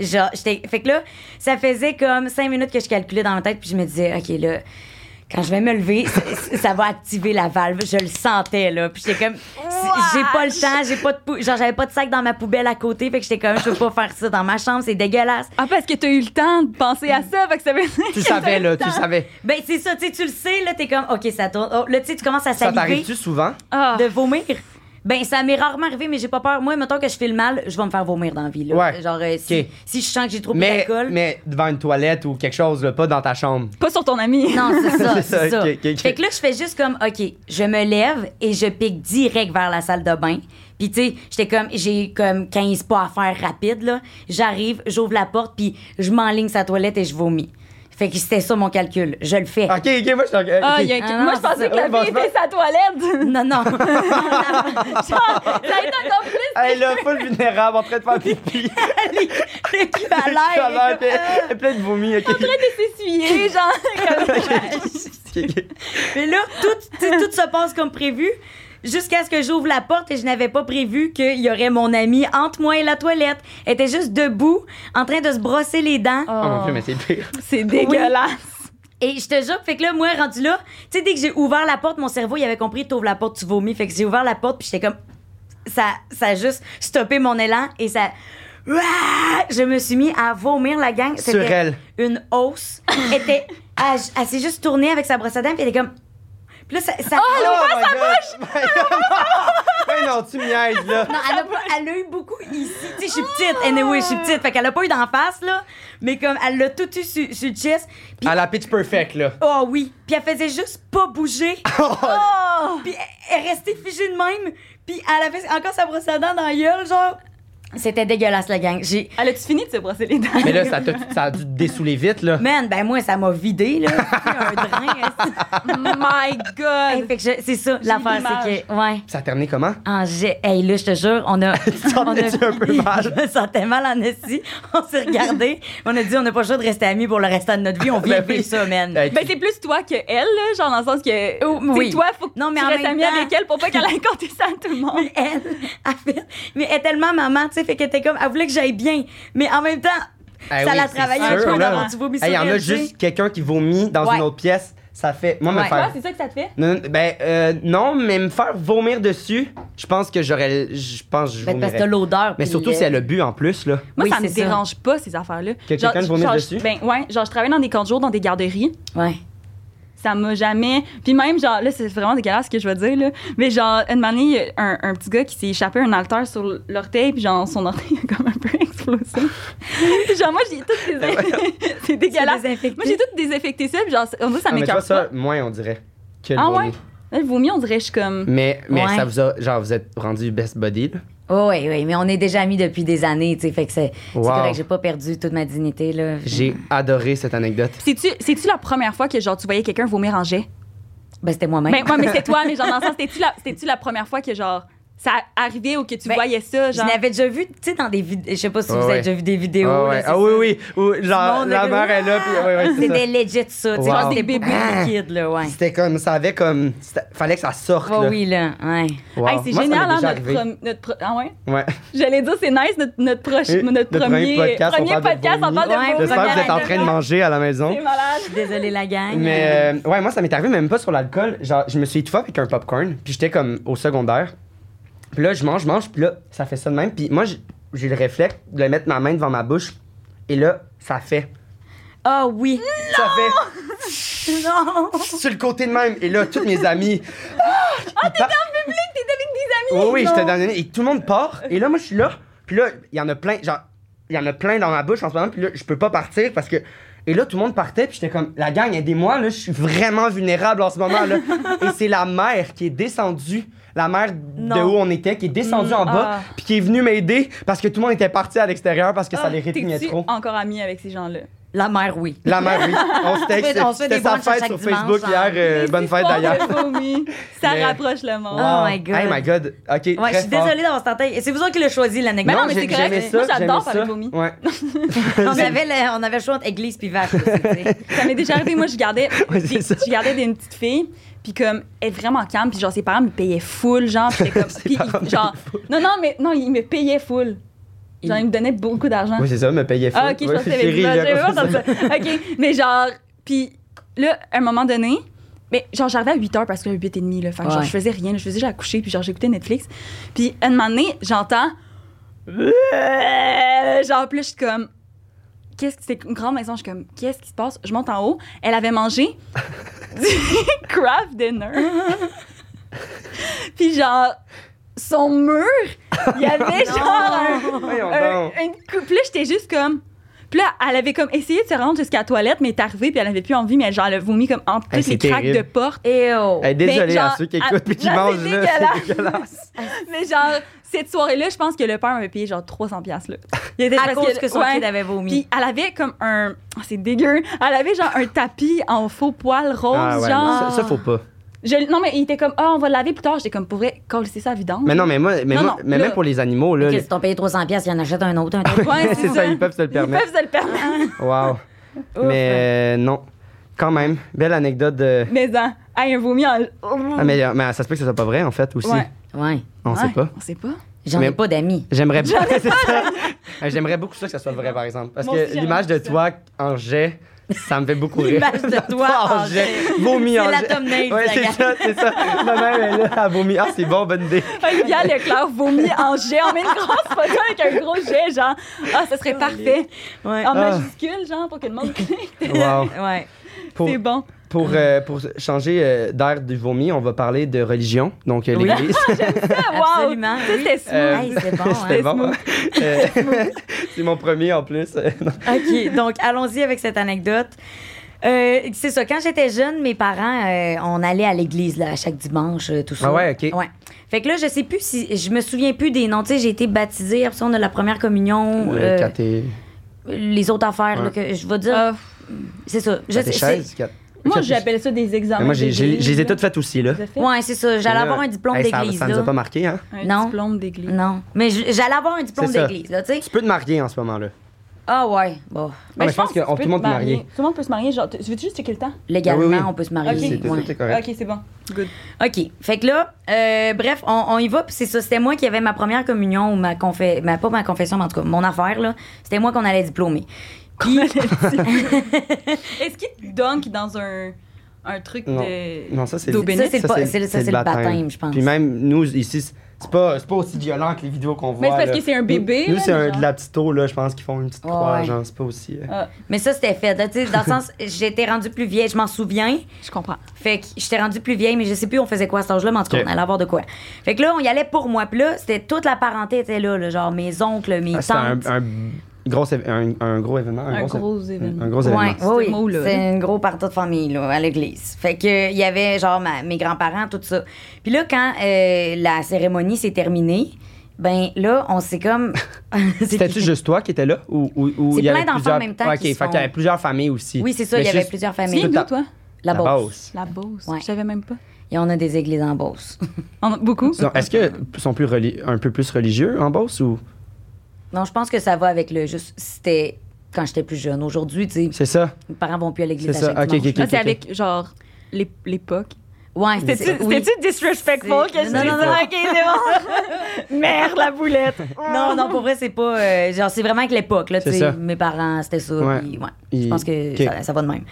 S3: Genre, j'étais. Fait que là, ça faisait comme cinq minutes que je calculais dans ma tête, puis je me disais, OK, là. Quand je vais me lever, ça, ça va activer la valve. Je le sentais, là. Puis j'étais comme, si- j'ai pas le temps, j'ai pas de pou- genre, j'avais pas de sac dans ma poubelle à côté. Fait que j'étais comme, je peux pas faire ça dans ma chambre, c'est dégueulasse.
S2: Ah, parce que t'as eu le temps de penser à ça. Fait que ça veut dire
S1: Tu
S2: que
S1: savais, là, tu savais.
S3: Ben, c'est ça, tu sais, tu le sais, là, t'es comme, OK, ça tourne. Oh, là, tu sais, tu commences à
S1: Ça
S3: saliver.
S1: t'arrive-tu souvent?
S2: Ah.
S3: de vomir. Ben, ça m'est rarement arrivé, mais j'ai pas peur. Moi, mettons que je fais le mal, je vais me faire vomir dans la vie. Là.
S1: Ouais.
S3: Genre, euh, si,
S1: Ok.
S3: si je sens que j'ai trop bu
S1: Mais,
S3: d'alcool.
S1: mais devant une toilette ou quelque chose, là, pas dans ta chambre.
S2: Pas sur ton ami.
S3: Non, c'est ça,
S1: C'est ça,
S3: c'est ça.
S1: ok, ok, ok.
S3: Fait que là, je fais juste comme, OK, je me lève et je pique direct vers la salle de bain. Puis, tu sais, j'étais comme, j'ai comme 15 pas à faire rapide, là. J'arrive, j'ouvre la porte, puis je m'enligne sa toilette et je vomis. Fait que c'était ça mon calcul. Je le fais.
S1: Ok, ok, moi, je t'en- ok.
S2: Ah, il y a-
S3: Ah, non,
S2: moi, je
S3: c'est ça.
S2: pensais que la
S1: Oui,
S2: fille
S1: franchement.
S2: était sa toilette.
S3: Non, non.
S2: Genre, ça a été encore plus.
S1: Elle là, full vulnérable, en train de faire pipi.
S3: le cul à
S1: Plein
S3: l'air.
S1: de vomi, ok.
S2: de s'essuyer, genre. comme-
S3: Mais là, tout, tu sais, tout se passe comme prévu. Jusqu'à ce que j'ouvre la porte et je n'avais pas prévu qu'il y aurait mon ami entre moi et la toilette. Elle était juste debout, en train de se brosser les dents.
S1: Oh mon dieu, mais c'est pire.
S2: c'est dégueulasse.
S3: Et je te jure, fait que là, moi, rendu là, tu sais, dès que j'ai ouvert la porte, mon cerveau, il avait compris, t'ouvres la porte, tu vomis. Fait que j'ai ouvert la porte, puis j'étais comme... Ça, ça a juste stoppé mon élan et ça... Ouah! Je me suis mis à vomir la gang.
S1: Sur
S3: C'était
S1: elle.
S3: Une hausse. était, elle elle s'est juste tournée avec sa brosse à dents, puis elle était comme... Puis là, ça... ça
S1: oh my God. Mais non, tu miaises, là.
S3: Non, elle a, pas- elle a eu beaucoup ici. Tu sais, je suis petite. Anyway, je suis petite. Fait qu'elle a pas eu d'en face, là. Mais comme, elle l'a tout eu sur, sur le chest. Puis,
S1: À la pitch perfect, là.
S3: oh oui. Puis elle faisait juste pas bouger. Oh!
S2: Oh!
S3: Puis elle- elle restait figée de même. Puis elle avait encore sa brosse à dents dans la gueule, genre. C'était dégueulasse, la gang. J'ai...
S2: Elle a-tu fini de se brosser les dents?
S1: Mais là, ça, t'a- ça a dû te dessouler vite, là.
S3: Man, ben moi, ça m'a vidé, là. C'est un drain.
S2: My
S3: Hey,
S2: God!
S3: fait que je- c'est ça, l'affaire, c'est que. Ouais.
S1: Ça a terminé comment?
S3: En jet. Hey, là, je te jure, on a.
S1: t'en
S3: on a-
S1: étais un peu mal.
S3: Je me sentais mal en esti. On s'est regardé. On a dit, on n'a pas le choix de rester amis pour le restant de notre vie. On vient
S1: Ben oui.
S3: vivre ça, man.
S1: Euh,
S2: Ben, c'est plus toi que elle, là, genre dans le sens que.
S3: Oh,
S2: c'est
S3: oui.
S2: toi, faut que
S3: Non, mais
S2: tu
S3: en
S2: restes
S3: même
S2: amie
S3: temps-
S2: avec elle pour pas qu'elle ait compté ça à tout le monde.
S3: Mais elle, elle fait- mais elle est tellement maman, tu sais, fait qu'elle était comme, elle voulait que j'aille bien. Mais en même temps,
S1: Eh
S3: ça
S1: oui,
S3: l'a
S1: c'est
S3: travaillé
S1: sûr,
S3: un peu
S1: là.
S3: d'avoir du vomi
S1: Il y en a juste quelqu'un qui vomit dans
S3: Ouais.
S1: une autre pièce. Ça fait. Moi, me
S3: Ouais.
S2: Toi,
S1: faire.
S2: c'est ça que ça te fait?
S1: Non, non, ben, euh, non, mais me faire vomir dessus, je pense que j'aurais. Je pense que je
S3: Ben, parce que
S1: vomirais.
S3: l'odeur.
S1: Mais
S3: puis,
S1: surtout
S3: euh,
S1: si elle a bu en plus, là.
S2: Moi,
S3: Oui,
S2: ça me
S3: c'est ça.
S2: dérange pas, ces affaires-là.
S1: Que
S2: Genre,
S1: quelqu'un te vomisse
S2: genre,
S1: dessus?
S2: Ben, ouais. Genre, je travaille dans des camps de jour, dans des garderies.
S3: Ouais.
S2: Ça m'a jamais. Puis même, genre, là, c'est vraiment dégueulasse ce que je veux dire, là. Mais genre, une manière, il y a un, un petit gars qui s'est échappé un halter sur l'orteil, puis genre, son orteil a comme un peu explosé. genre, moi, j'ai tout désinfecté. c'est dégueulasse.
S3: désinfecté.
S2: Moi, j'ai tout désinfecté ça, puis genre, on dirait que ça
S1: Ah, mais tu vois,
S2: m'écoeure
S1: ça,
S2: pas.
S1: moins, on dirait. Que le
S2: Ah
S1: vomi.
S2: ouais? Là, le vomi, on dirait, que je suis comme.
S1: Mais, mais
S3: Ouais.
S1: ça vous a. Genre, vous êtes rendu best buddy, là.
S3: Oh, oui, oui, mais on est déjà amis depuis des années, tu sais, fait que c'est c'est
S1: Wow.
S3: correct, j'ai pas perdu toute ma dignité, là.
S1: J'ai adoré cette anecdote.
S2: C'est-tu c'est-tu la première fois que genre tu voyais quelqu'un vomir en jet?
S3: Ben, c'était moi-même.
S2: Ben, ouais, mais c'est toi, mais genre, dans le sens, c'était-tu la, c'était-tu la première fois que genre ça arrivait ou que tu
S3: Ben,
S2: voyais ça?
S3: je
S2: Genre,
S3: l'avais déjà vu, tu sais, dans des vidéos. Je sais pas si vous
S1: Ouais,
S3: avez
S1: ouais.
S3: déjà vu des vidéos.
S1: Ah,
S3: là,
S1: ouais.
S3: c'est
S1: Ah
S3: ça.
S1: oui, oui. Ou, genre,
S3: Monde
S1: la
S3: de-
S1: mère est là, puis. Ouais, ouais, c'est ça.
S3: C'était legit, ça. tu sais,
S1: Wow. Ah.
S3: genre, C'était
S2: Des bébés.
S3: beaucoup liquide, là, ouais.
S1: C'était comme. Ça avait comme. c'était- Fallait que ça sorte,
S3: Ouais,
S1: là.
S3: oui, là, ouais.
S1: Wow.
S2: Hey,
S1: Moi, ça m'est
S2: c'est génial, hein,
S1: déjà
S2: notre,
S1: arrivé.
S2: prom- notre pro- Ah ouais?
S1: Ouais.
S2: J'allais dire, c'est nice, notre, notre, proche-
S1: Et
S2: notre,
S1: notre
S2: premier,
S1: premier podcast, on
S2: premier
S1: parle de
S2: podcast, on
S1: vomi.
S2: parle de
S3: Ouais,
S2: vomi. Ah,
S1: J'espère que vous êtes en
S3: Exactement.
S1: train de manger à la maison.
S2: C'est malade.
S3: Désolée, la gang.
S1: Mais euh, ouais, moi ça m'est arrivé même pas sur l'alcool. Genre, je me suis étouffé avec un popcorn, puis j'étais comme au secondaire. Puis là, je mange, je mange, puis là, ça fait ça de même. Puis moi, j'- j'ai le réflexe de mettre ma main devant ma bouche, et là, ça fait.
S3: Ah oui.
S1: Ça fait
S3: Non.
S1: sur le côté de même. Et là, tous mes amis. Ah, t'étais en public, t'étais avec des amis. Oui, oui,
S3: non.
S1: j'étais dans une- Et tout le monde part, et là, moi, je suis là. Puis là, il y en a plein, genre, il y en a plein dans ma bouche en ce moment, puis là, je peux pas partir parce que. Et là, tout le monde partait, puis j'étais comme, la gang, aidez-moi, là, je suis vraiment vulnérable en ce moment, là. Et c'est la mère qui est descendue, la mère de
S3: Non.
S1: où on était, qui est descendue
S2: Mm,
S1: en bas,
S2: ah.
S1: puis qui est venue m'aider parce que tout le monde était parti à l'extérieur parce que ça
S2: Ah,
S1: les répugnait
S2: t'es-tu
S1: trop.
S2: encore amie avec ces gens-là?
S3: La mère, oui.
S1: La mère, oui. On se texte.
S3: On se fait des
S1: C'était sa
S3: brunchs à
S1: fête
S3: chaque
S1: sur
S3: dimanche,
S1: Facebook
S3: hein.
S1: hier. euh, bonne fête
S2: Histoire de
S1: d'ailleurs.
S2: vomi, ça
S1: Mais-
S2: rapproche le monde.
S3: Ah. Oh my God.
S1: Hey my god. Ok,
S3: Ouais,
S1: très
S3: je suis
S1: fort.
S3: désolée d'avoir tenté. Et c'est vous autres qui l'avez choisi,
S2: Mais
S3: l'anecdote.
S2: non, mais
S1: j'ai-
S2: c'est correct.
S1: j'aimais
S2: Moi,
S1: ça,
S2: j'adore
S1: j'aimais
S2: parler
S1: ça.
S2: de vomi.
S1: Ouais.
S3: on, avait le, on avait le choix entre église puis vache. aussi, tu sais.
S2: Ça m'est déjà arrivé, moi, je gardais,
S1: Ouais,
S2: des,
S1: c'est ça.
S2: je gardais des- une petite fille, puis comme, elle est vraiment calme, puis genre, ses parents me payaient full, genre, puis j'étais comme, puis ils-
S1: parents
S2: genre, non, non, mais non, ils me payaient full. Genre, ils me donnaient beaucoup d'argent.
S1: Oui, c'est ça, me payait fou.
S2: ah, ok, je pensais que t'avais dit, j'avais pas entendu ça. Ok, mais genre, puis là, à un moment donné, mais genre, j'arrivais à 8 h parce que 8 et demi, là, fait que genre,
S3: Ouais.
S2: je faisais rien, là, je faisais juste à coucher, puis genre, j'écoutais Netflix, puis à un moment donné, j'entends, Euh, genre, plus je suis comme, qu'est-ce que c'est une grande maison, je suis comme, qu'est-ce qui se passe? Je monte en haut, elle avait mangé du craft dinner. puis genre, son mur, il y avait genre un
S1: Voyons
S2: un-
S1: donc.
S2: une coupe. Puis là, j'étais juste comme. Puis là, elle avait comme essayé de se rendre jusqu'à la toilette, mais est arrivée, puis elle avait plus envie, mais genre, elle a vomi comme en
S1: Hey,
S2: toutes
S1: c'est
S2: les craques
S1: terrible.
S2: de porte.
S3: Et oh.
S1: Hey,
S2: Mais
S1: désolé
S2: genre,
S1: à ceux qui
S2: à-
S1: écoutent puis qui
S2: là,
S1: mangent,
S2: c'est
S1: là. C'est dégueulasse.
S2: mais genre, cette soirée-là, je pense que le père m'avait payé genre 300$. piastres, Là. Il était
S3: À
S2: parce
S3: cause que son
S2: ouais.
S3: kid avait vomi.
S2: Puis elle avait comme un. oh, c'est dégueu. Elle avait genre un tapis en faux poil rose,
S1: Ah ouais,
S2: genre.
S1: ça, ça, faut pas.
S2: Je- non, mais il était comme, ah, on va le laver plus tard. J'étais comme, pour vrai, coller, c'est ça à vidange.
S1: Mais non, mais moi, mais
S2: Non,
S1: moi-
S2: non,
S1: mais
S2: là.
S1: même pour les animaux, là.
S3: Que
S1: les-
S3: si t'en payé 300$, piastres, il en achète un autre. Un autre.
S2: Ouais,
S1: C'est ça, ils peuvent se le permettre.
S2: Ils peuvent se le permettre.
S1: Ah. Wow. Mais euh, non, quand même, belle anecdote de.
S2: mais non. Hey, un vomi en.
S1: Ah, mais, euh, mais ça se peut que ça soit pas vrai, en fait, aussi.
S2: Ouais.
S3: Ouais.
S1: On sait
S2: Ouais,
S1: pas.
S2: On sait pas.
S3: J'en
S1: Mais-
S3: ai pas d'amis.
S1: J'aimerais C'est ça. Euh, J'aimerais beaucoup ça que ça soit vrai, par exemple. Parce
S2: Moi aussi,
S1: que
S2: j'aimerais
S1: l'image de
S2: ça.
S1: toi en jet, ça me fait beaucoup rire.
S3: L'image de toi en jet.
S1: Vomi
S3: C'est
S1: en jet.
S3: la thumbnail,
S1: Ouais,
S3: la
S1: c'est
S3: gars.
S1: ça, c'est ça. Ma mère, elle est là, elle vomit. Ah, c'est bon, bonne idée.
S2: Olivia Leclerc vomit en jet. On met une grosse photo avec un gros jet, genre, ah, ça serait parfait.
S3: Ouais.
S2: En
S1: Ah.
S2: majuscule, genre, pour que le monde clique.
S1: Wow.
S3: Ouais.
S1: Pour,
S2: C'est bon.
S1: pour, euh, pour changer euh, d'air du vomi, on va parler de religion, donc euh,
S3: Oui.
S1: l'Église.
S2: Ah, wow.
S3: Absolument.
S2: Ça,
S1: Euh,
S2: C'était smooth.
S3: oui. Hey, c'est bon.
S1: C'était
S3: hein.
S1: bon. Euh,
S3: Euh,
S1: c'est mon premier en plus. Non.
S3: OK, donc allons-y avec cette anecdote. Euh, c'est ça. Quand j'étais jeune, mes parents, euh, on allait à l'église là, à chaque dimanche, euh, tout ça.
S1: Ah ouais, ok.
S3: Ouais. Fait que là, je sais plus si. Je me souviens plus des noms. Tu sais, j'ai été baptisée, après ça, on a la première communion.
S1: Ouais,
S3: euh,
S1: Quand t'es.
S3: les autres affaires,
S1: Ouais.
S3: là, que je vais dire.
S2: Ah,
S3: c'est ça. Je
S1: Quand t'es
S3: sais-
S1: chaise. quand-
S2: moi,
S1: quand t'es-
S2: j'appelle ça des examens.
S1: Mais Moi, j'ai- j'ai-
S2: d'église,
S1: je les ai
S2: là.
S1: toutes faites aussi, là.
S2: Vous avez fait
S3: c'est- Ouais, c'est ça. J'allais
S1: Là,
S3: avoir un diplôme
S1: hey, ça-
S3: d'église.
S1: Ça nous
S3: là.
S1: a pas marqué, hein?
S2: Un
S3: Non.
S2: diplôme d'église.
S3: Non. Mais je- j'allais avoir un diplôme
S1: C'est ça.
S3: d'église, là, tu sais.
S1: Tu peux te marier en ce moment-là.
S3: Ah ouais. Bon.
S1: mais Ben, je pense que on-
S2: tu
S1: tout le monde
S2: te
S1: peut marier.
S2: Tout le monde peut se marier. Genre, tu- je veux juste checker le temps.
S3: Légalement,
S1: Ah oui, oui.
S3: on peut se
S2: Ok.
S3: marier.
S1: C'était
S3: ouais.
S1: ça, t'es correct.
S2: Ok, c'est bon. Good.
S3: OK. Fait que là, euh, bref, on, on y va. Puis c'est ça. C'était moi qui avais ma première communion ou ma confession. Pas ma confession, mais en tout cas, mon affaire, là. C'était moi qu'on allait diplômer. Puis,
S2: Est-ce qu'il dunk dans un, un truc
S1: Non.
S2: de.
S1: Non, ça, c'est
S2: D'eau bénite.
S3: Ça, c'est le pa- c'est le- ça, c'est le baptême, je pense.
S1: Puis même, nous, ici, c'est c'est pas, c'est pas aussi violent que les vidéos qu'on voit.
S2: Mais c'est parce
S1: là.
S2: que c'est un bébé,
S1: Nous,
S2: là,
S1: nous, c'est un-
S2: genre.
S1: de la petite eau, là, je pense qu'ils font une petite
S3: Ouais,
S1: croix,
S3: ouais.
S1: genre, c'est pas aussi. euh,
S2: Ah,
S3: mais ça, c'était fait. Là, tu sais, dans le sens, j'étais rendue plus vieille, je m'en souviens.
S2: je comprends.
S3: Fait que j'étais rendue plus vieille, mais je sais plus on faisait quoi à cet âge-là, mais en tout cas,
S1: Ok.
S3: on allait avoir de quoi. Fait que là, on y allait pour moi. Puis là, c'était toute la parenté était là, là, genre mes oncles, mes
S1: ah, C'était un,
S3: tantes.
S1: un gros, éve- un, un gros événement. Un,
S2: Un
S1: gros,
S2: gros
S1: éve-
S2: événement.
S1: Un gros
S3: Ouais,
S1: événement.
S3: ouais,
S2: ce
S3: oui,
S2: mot-là.
S3: c'est une grosse partie de famille là, à l'église. Fait que euh, il y avait genre ma- mes grands-parents, tout ça. Puis là, quand euh, la cérémonie s'est terminée, ben là, on s'est comme.
S1: C'était-tu juste toi qui étais là? ou, ou, ou
S3: C'est
S1: il y avait
S3: plein d'enfants en
S1: plusieurs-
S3: même temps
S1: Ouais,
S3: qui
S1: OK,
S3: se
S1: fait
S3: font-
S1: qu'il y avait plusieurs familles aussi.
S3: Oui, c'est ça, il y
S1: Mais
S3: avait
S1: juste
S3: plusieurs
S2: Tu
S3: familles.
S2: viens
S1: Tout
S2: d'où,
S1: à-
S2: toi?
S3: La,
S1: la
S3: Beauce.
S1: Beauce.
S2: La Beauce.
S3: Ouais.
S2: Je savais même pas.
S3: Et on a des églises en Beauce.
S2: On en a beaucoup? Ah,
S1: Sinon, Est-ce que sont plus reli- un peu plus religieux en Beauce ou
S3: non, je pense que ça va avec le juste. C'était quand j'étais plus jeune. Aujourd'hui, tu sais,
S1: c'est ça?
S3: mes parents vont plus à l'église.
S1: C'est ça,
S3: à chaque
S1: ok, ok,
S3: dimanche.
S1: ok.
S2: Ah, c'est avec, genre, l'ép- l'époque.
S3: Ouais,
S2: C'était-tu
S3: c'est- oui.
S2: c'était-tu disrespectful
S3: C'est-
S2: que je
S3: non,
S2: dise
S3: non, non.
S2: ça? Ok, c'est bon. Merde, la boulette.
S3: Non, non, pour vrai, c'est pas. euh, genre, c'est vraiment avec l'époque, là, tu
S1: C'est
S3: sais.
S1: ça.
S3: Mes parents, c'était ça.
S1: Ouais.
S3: puis ouais. Je
S1: Il-
S3: pense que
S1: ok.
S3: ça, ça va de même.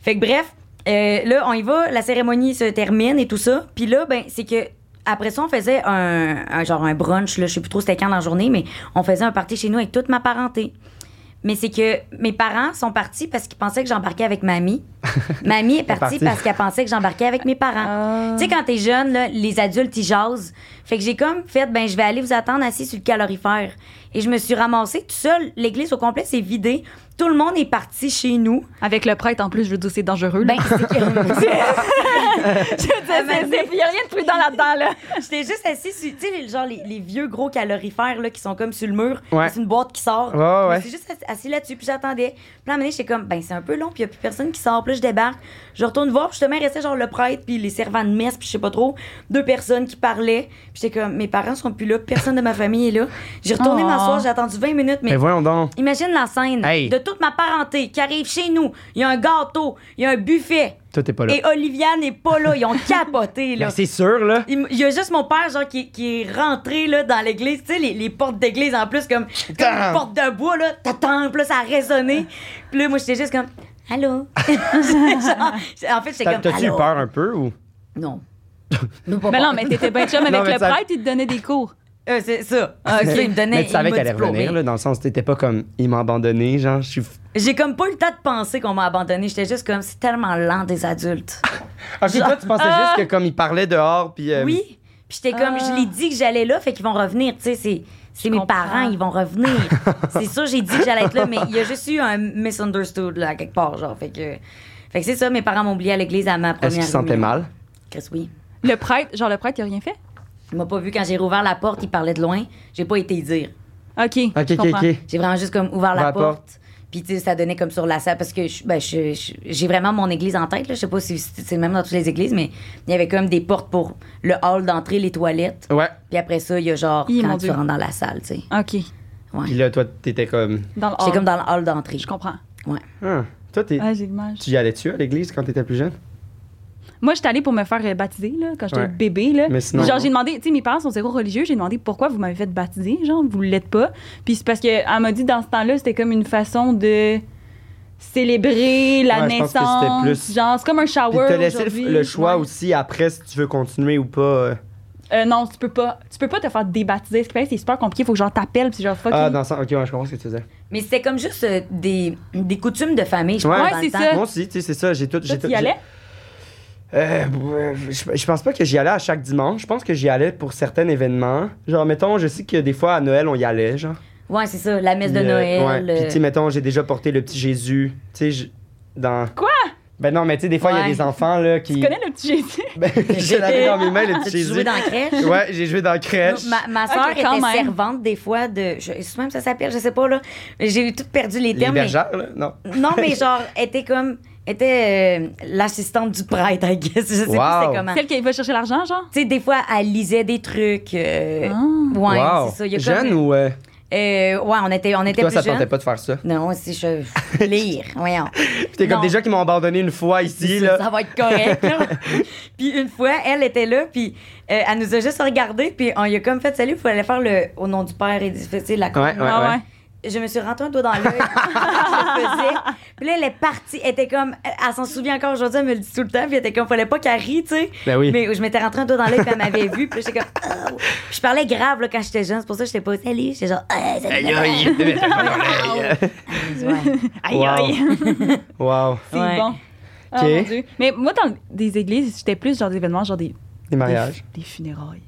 S3: Fait que bref, euh, là, on y va, la cérémonie se termine et tout ça. Puis là, ben, c'est que. Après ça, on faisait un, un genre un brunch, là, je sais plus trop c'était quand dans la journée, mais on faisait un party chez nous avec toute ma parenté. Mais c'est que mes parents sont partis parce qu'ils pensaient que j'embarquais avec mamie. mamie est partie
S1: partie.
S3: parce qu'elle pensait que j'embarquais avec mes parents. Tu sais, quand t'es jeune, là, les adultes, ils jasent. Fait que j'ai comme fait, ben, je vais aller vous attendre assis sur le calorifère. Et je me suis ramassée tout seul. L'église au complet s'est vidée. Tout le monde est parti chez nous.
S2: Avec le prêtre, en plus, je veux dire, c'est dangereux. là.
S3: Ben, c'est que- Ah, ben,
S2: C'est- c'est- c'est- il y a rien de prudent là-dedans, là.
S3: j'étais juste assis sur, tu sais, les- genre les, les vieux gros calorifères, là, qui sont comme sur le mur.
S1: Ouais.
S3: C'est une boîte qui
S1: Ouais, ouais,
S3: sort. Je me
S1: Ah ouais.
S3: suis juste assis, assis là-dessus, puis j'attendais. Puis là, à un moment donné, j'étais comme, ben, c'est un peu long, puis il a plus personne qui sort. Puis là, je débarque. Je retourne voir, puis justement, il restait genre le prêtre, puis les servants de messe, puis je sais pas trop. Deux personnes qui parlaient. Puis j'étais comme, mes parents sont plus là, personne de ma famille est là. J'ai retourné
S2: Oh.
S3: m'asseoir, j'ai attendu 20 minutes, mais
S1: Mais voyons donc.
S3: imagine la scène
S1: Hey.
S3: de toute ma parenté qui arrive chez nous. Il y a un gâteau, il y a un buffet.
S1: Toi, t'es pas là.
S3: Et Olivia n'est pas là. Ils ont capoté, là.
S1: Ben, c'est sûr, là.
S3: Il m- il y a juste mon père, genre, qui, qui est rentré, là, dans l'église. Tu sais, les, les portes d'église, en plus, comme, comme une
S1: Tam!
S3: porte de bois, là, t'attends, puis là, ça a résonné. Puis là, moi, j'étais juste comme, allô? Genre, en fait, j'étais
S1: T'as-
S3: comme,
S1: T'as-tu eu
S3: allô?
S1: peur un peu ou?
S3: Non.
S2: Ben non, mais t'étais bien chum avec
S1: mais
S2: le
S1: ça-
S2: prêtre, il te donnait des cours.
S3: Euh, c'est ça. Ah, ok, il me donnait,
S1: mais tu savais
S3: il m'a
S1: qu'elle allait
S3: diplômé.
S1: revenir, là, dans le sens, t'étais pas comme, il m'a abandonné, genre, je suis. f-
S3: J'ai comme pas eu le temps de penser qu'on m'a abandonné. J'étais juste comme, c'est tellement lent des adultes.
S1: Ok, toi, tu pensais
S2: Ah!
S1: juste que comme il parlait dehors, puis. euh,
S3: Oui. Puis j'étais comme,
S2: Ah.
S3: je l'ai dit que j'allais là, fait qu'ils vont revenir. Tu sais, c'est, c'est
S2: Je
S3: mes
S2: comprends.
S3: parents, ils vont revenir. c'est sûr, j'ai dit que j'allais être là, mais il y a juste eu un misunderstood, là, quelque part, genre. Fait que, fait que c'est ça, mes parents m'ont oublié à l'église à ma première.
S1: Est-ce qu'il se sentait
S3: communion.
S1: mal?
S3: Chris, oui.
S2: Le prêtre, genre, le prêtre, il a rien fait?
S3: Il m'a pas vu quand j'ai rouvert la porte, il parlait de loin. J'ai pas été y dire.
S2: Ok.
S1: Ok,
S2: je
S1: ok,
S2: comprends.
S1: ok.
S3: J'ai vraiment juste comme ouvert la,
S1: La
S3: porte.
S1: porte.
S3: Puis tu sais, ça donnait comme sur la salle parce que je- ben, je- je- j'ai vraiment mon église en tête. Là. Je sais pas si c'est c'est le même dans toutes les églises, mais il y avait comme des portes pour le hall d'entrée, les toilettes.
S1: Ouais.
S3: Puis après ça, il y a genre
S2: Hi, mon
S3: quand tu
S2: Dieu.
S3: rentres dans la salle, tu sais.
S2: Ok.
S1: Puis là, toi, t'étais comme.
S2: Dans le
S3: J'étais
S2: hall.
S3: comme dans le hall d'entrée.
S2: Ah. Je comprends.
S3: Ouais.
S1: Ah, Toi, t'es.
S2: Ouais, j'ai l'image.
S1: Tu y allais-tu à l'église quand t'étais plus jeune?
S2: Moi, j'étais allée pour me faire euh, baptiser, là, quand j'étais
S1: Ouais.
S2: bébé, là.
S1: Mais sinon-
S2: Genre, j'ai demandé, tu sais, mes parents sont zéro religieux, j'ai demandé pourquoi vous m'avez fait baptiser, genre, vous l'êtes pas. Puis c'est parce qu'elle m'a dit, dans ce temps-là, c'était comme une façon de célébrer la
S1: Ouais, je pense
S2: naissance.
S1: que c'était plus-
S2: Genre, c'est comme un
S1: Puis
S2: shower.
S1: t'as laissé
S2: Ah aujourd'hui.
S1: le choix
S2: Ouais.
S1: aussi après si tu veux continuer ou pas. euh.
S2: Euh, non, tu peux pas. Tu peux pas te faire débaptiser. Ce qui paraît, C'est super compliqué. Faut que genre t'appelle puis genre fuck.
S1: Ah,
S2: you.
S1: dans le sens. Ok, ouais, je comprends ce que tu faisais.
S3: Mais c'était comme juste euh, des, des coutumes de famille, je
S1: Ouais.
S3: pense,
S1: Ouais,
S3: dans
S2: c'est
S3: le temps.
S2: ça.
S1: Moi aussi, tu sais, c'est ça. J'ai tout.
S2: Toi,
S1: j'ai
S2: tu
S1: tout-
S2: y allais?
S1: Euh, ouais, je, je pense pas que j'y allais à chaque dimanche. Je pense que j'y allais pour certains événements. Genre, mettons, je sais que des fois à Noël, on y allait, genre.
S3: Ouais, c'est ça, la messe de
S1: Puis, euh,
S3: Noël.
S1: ouais. Puis, tu sais,
S3: euh,
S1: mettons, j'ai déjà porté le petit Jésus. Tu sais, je- dans.
S2: Quoi?
S1: Ben non, mais tu sais, des fois, il y a
S3: Ouais.
S1: des enfants là, qui.
S2: Tu connais le petit Jésus?
S1: Ben, je l'avais dans mes mains, le petit
S3: T'as-tu joué
S1: Jésus.
S3: dans la crèche?
S1: Ouais, j'ai joué dans la crèche.
S3: Ma, ma soeur
S2: Ok,
S3: était
S2: quand même.
S3: servante des fois de. Je, c'est même ça s'appelle, je sais pas, là. J'ai tout perdu les
S1: Les
S3: termes. mais-
S1: bergères, là? Non.
S3: Non, mais genre, était comme. était euh, l'assistante du prêtre, I guess. Je sais plus
S1: Wow.
S3: c'est comment. Tu
S2: Celle qui va chercher l'argent, genre?
S3: sais, des fois, elle lisait des trucs.
S1: Eh.
S3: euh,
S2: Ah.
S3: Ouais,
S1: Wow.
S3: c'est ça. Il y a
S1: Jeune
S3: comme-
S1: ou. euh,
S3: Euh, ouais, on était, on était
S1: toi,
S3: plus
S1: ça te tentait
S3: jeunes.
S1: pas de faire ça?
S3: Non, si je. Lire, voyons.
S1: Puis t'es comme
S3: Non.
S1: déjà qui m'ont abandonné une fois ici, là.
S3: Ça va être correct. là. puis une fois, elle était là, puis euh, elle nous a juste regardé, puis on lui a comme fait salut, il fallait faire le au nom du Père et du Fils, tu sais, la
S1: Ouais,
S3: communion.
S1: ouais,
S2: Ah
S1: ouais.
S2: ouais.
S3: Je me suis rentré un doigt dans l'œil. je le faisais. Puis là, elle est partie. Elle était comme. Elle, elle s'en souvient encore aujourd'hui, elle me le dit tout le temps. Puis elle était comme, fallait pas qu'elle rie, tu sais.
S1: Ben oui.
S3: Mais je m'étais rentré un doigt dans l'œil, puis elle m'avait vu. Puis là, j'étais comme. Oh. Puis je parlais grave, là, quand j'étais jeune. C'est pour ça que j'étais pas salut. J'étais genre. Ah, salut,
S1: Aïe,
S3: maman.
S1: aïe, t'es bien fait dans l'oreille.
S3: Ouais.
S2: Aïe, aïe.
S1: Wow.
S2: C'est
S3: Ouais.
S2: bon. Ah,
S1: Ok.
S2: mon Dieu. Mais moi, dans des églises, j'étais plus genre des événements, genre des,
S1: Des
S2: des
S1: mariages.
S2: fu- Des, funérailles.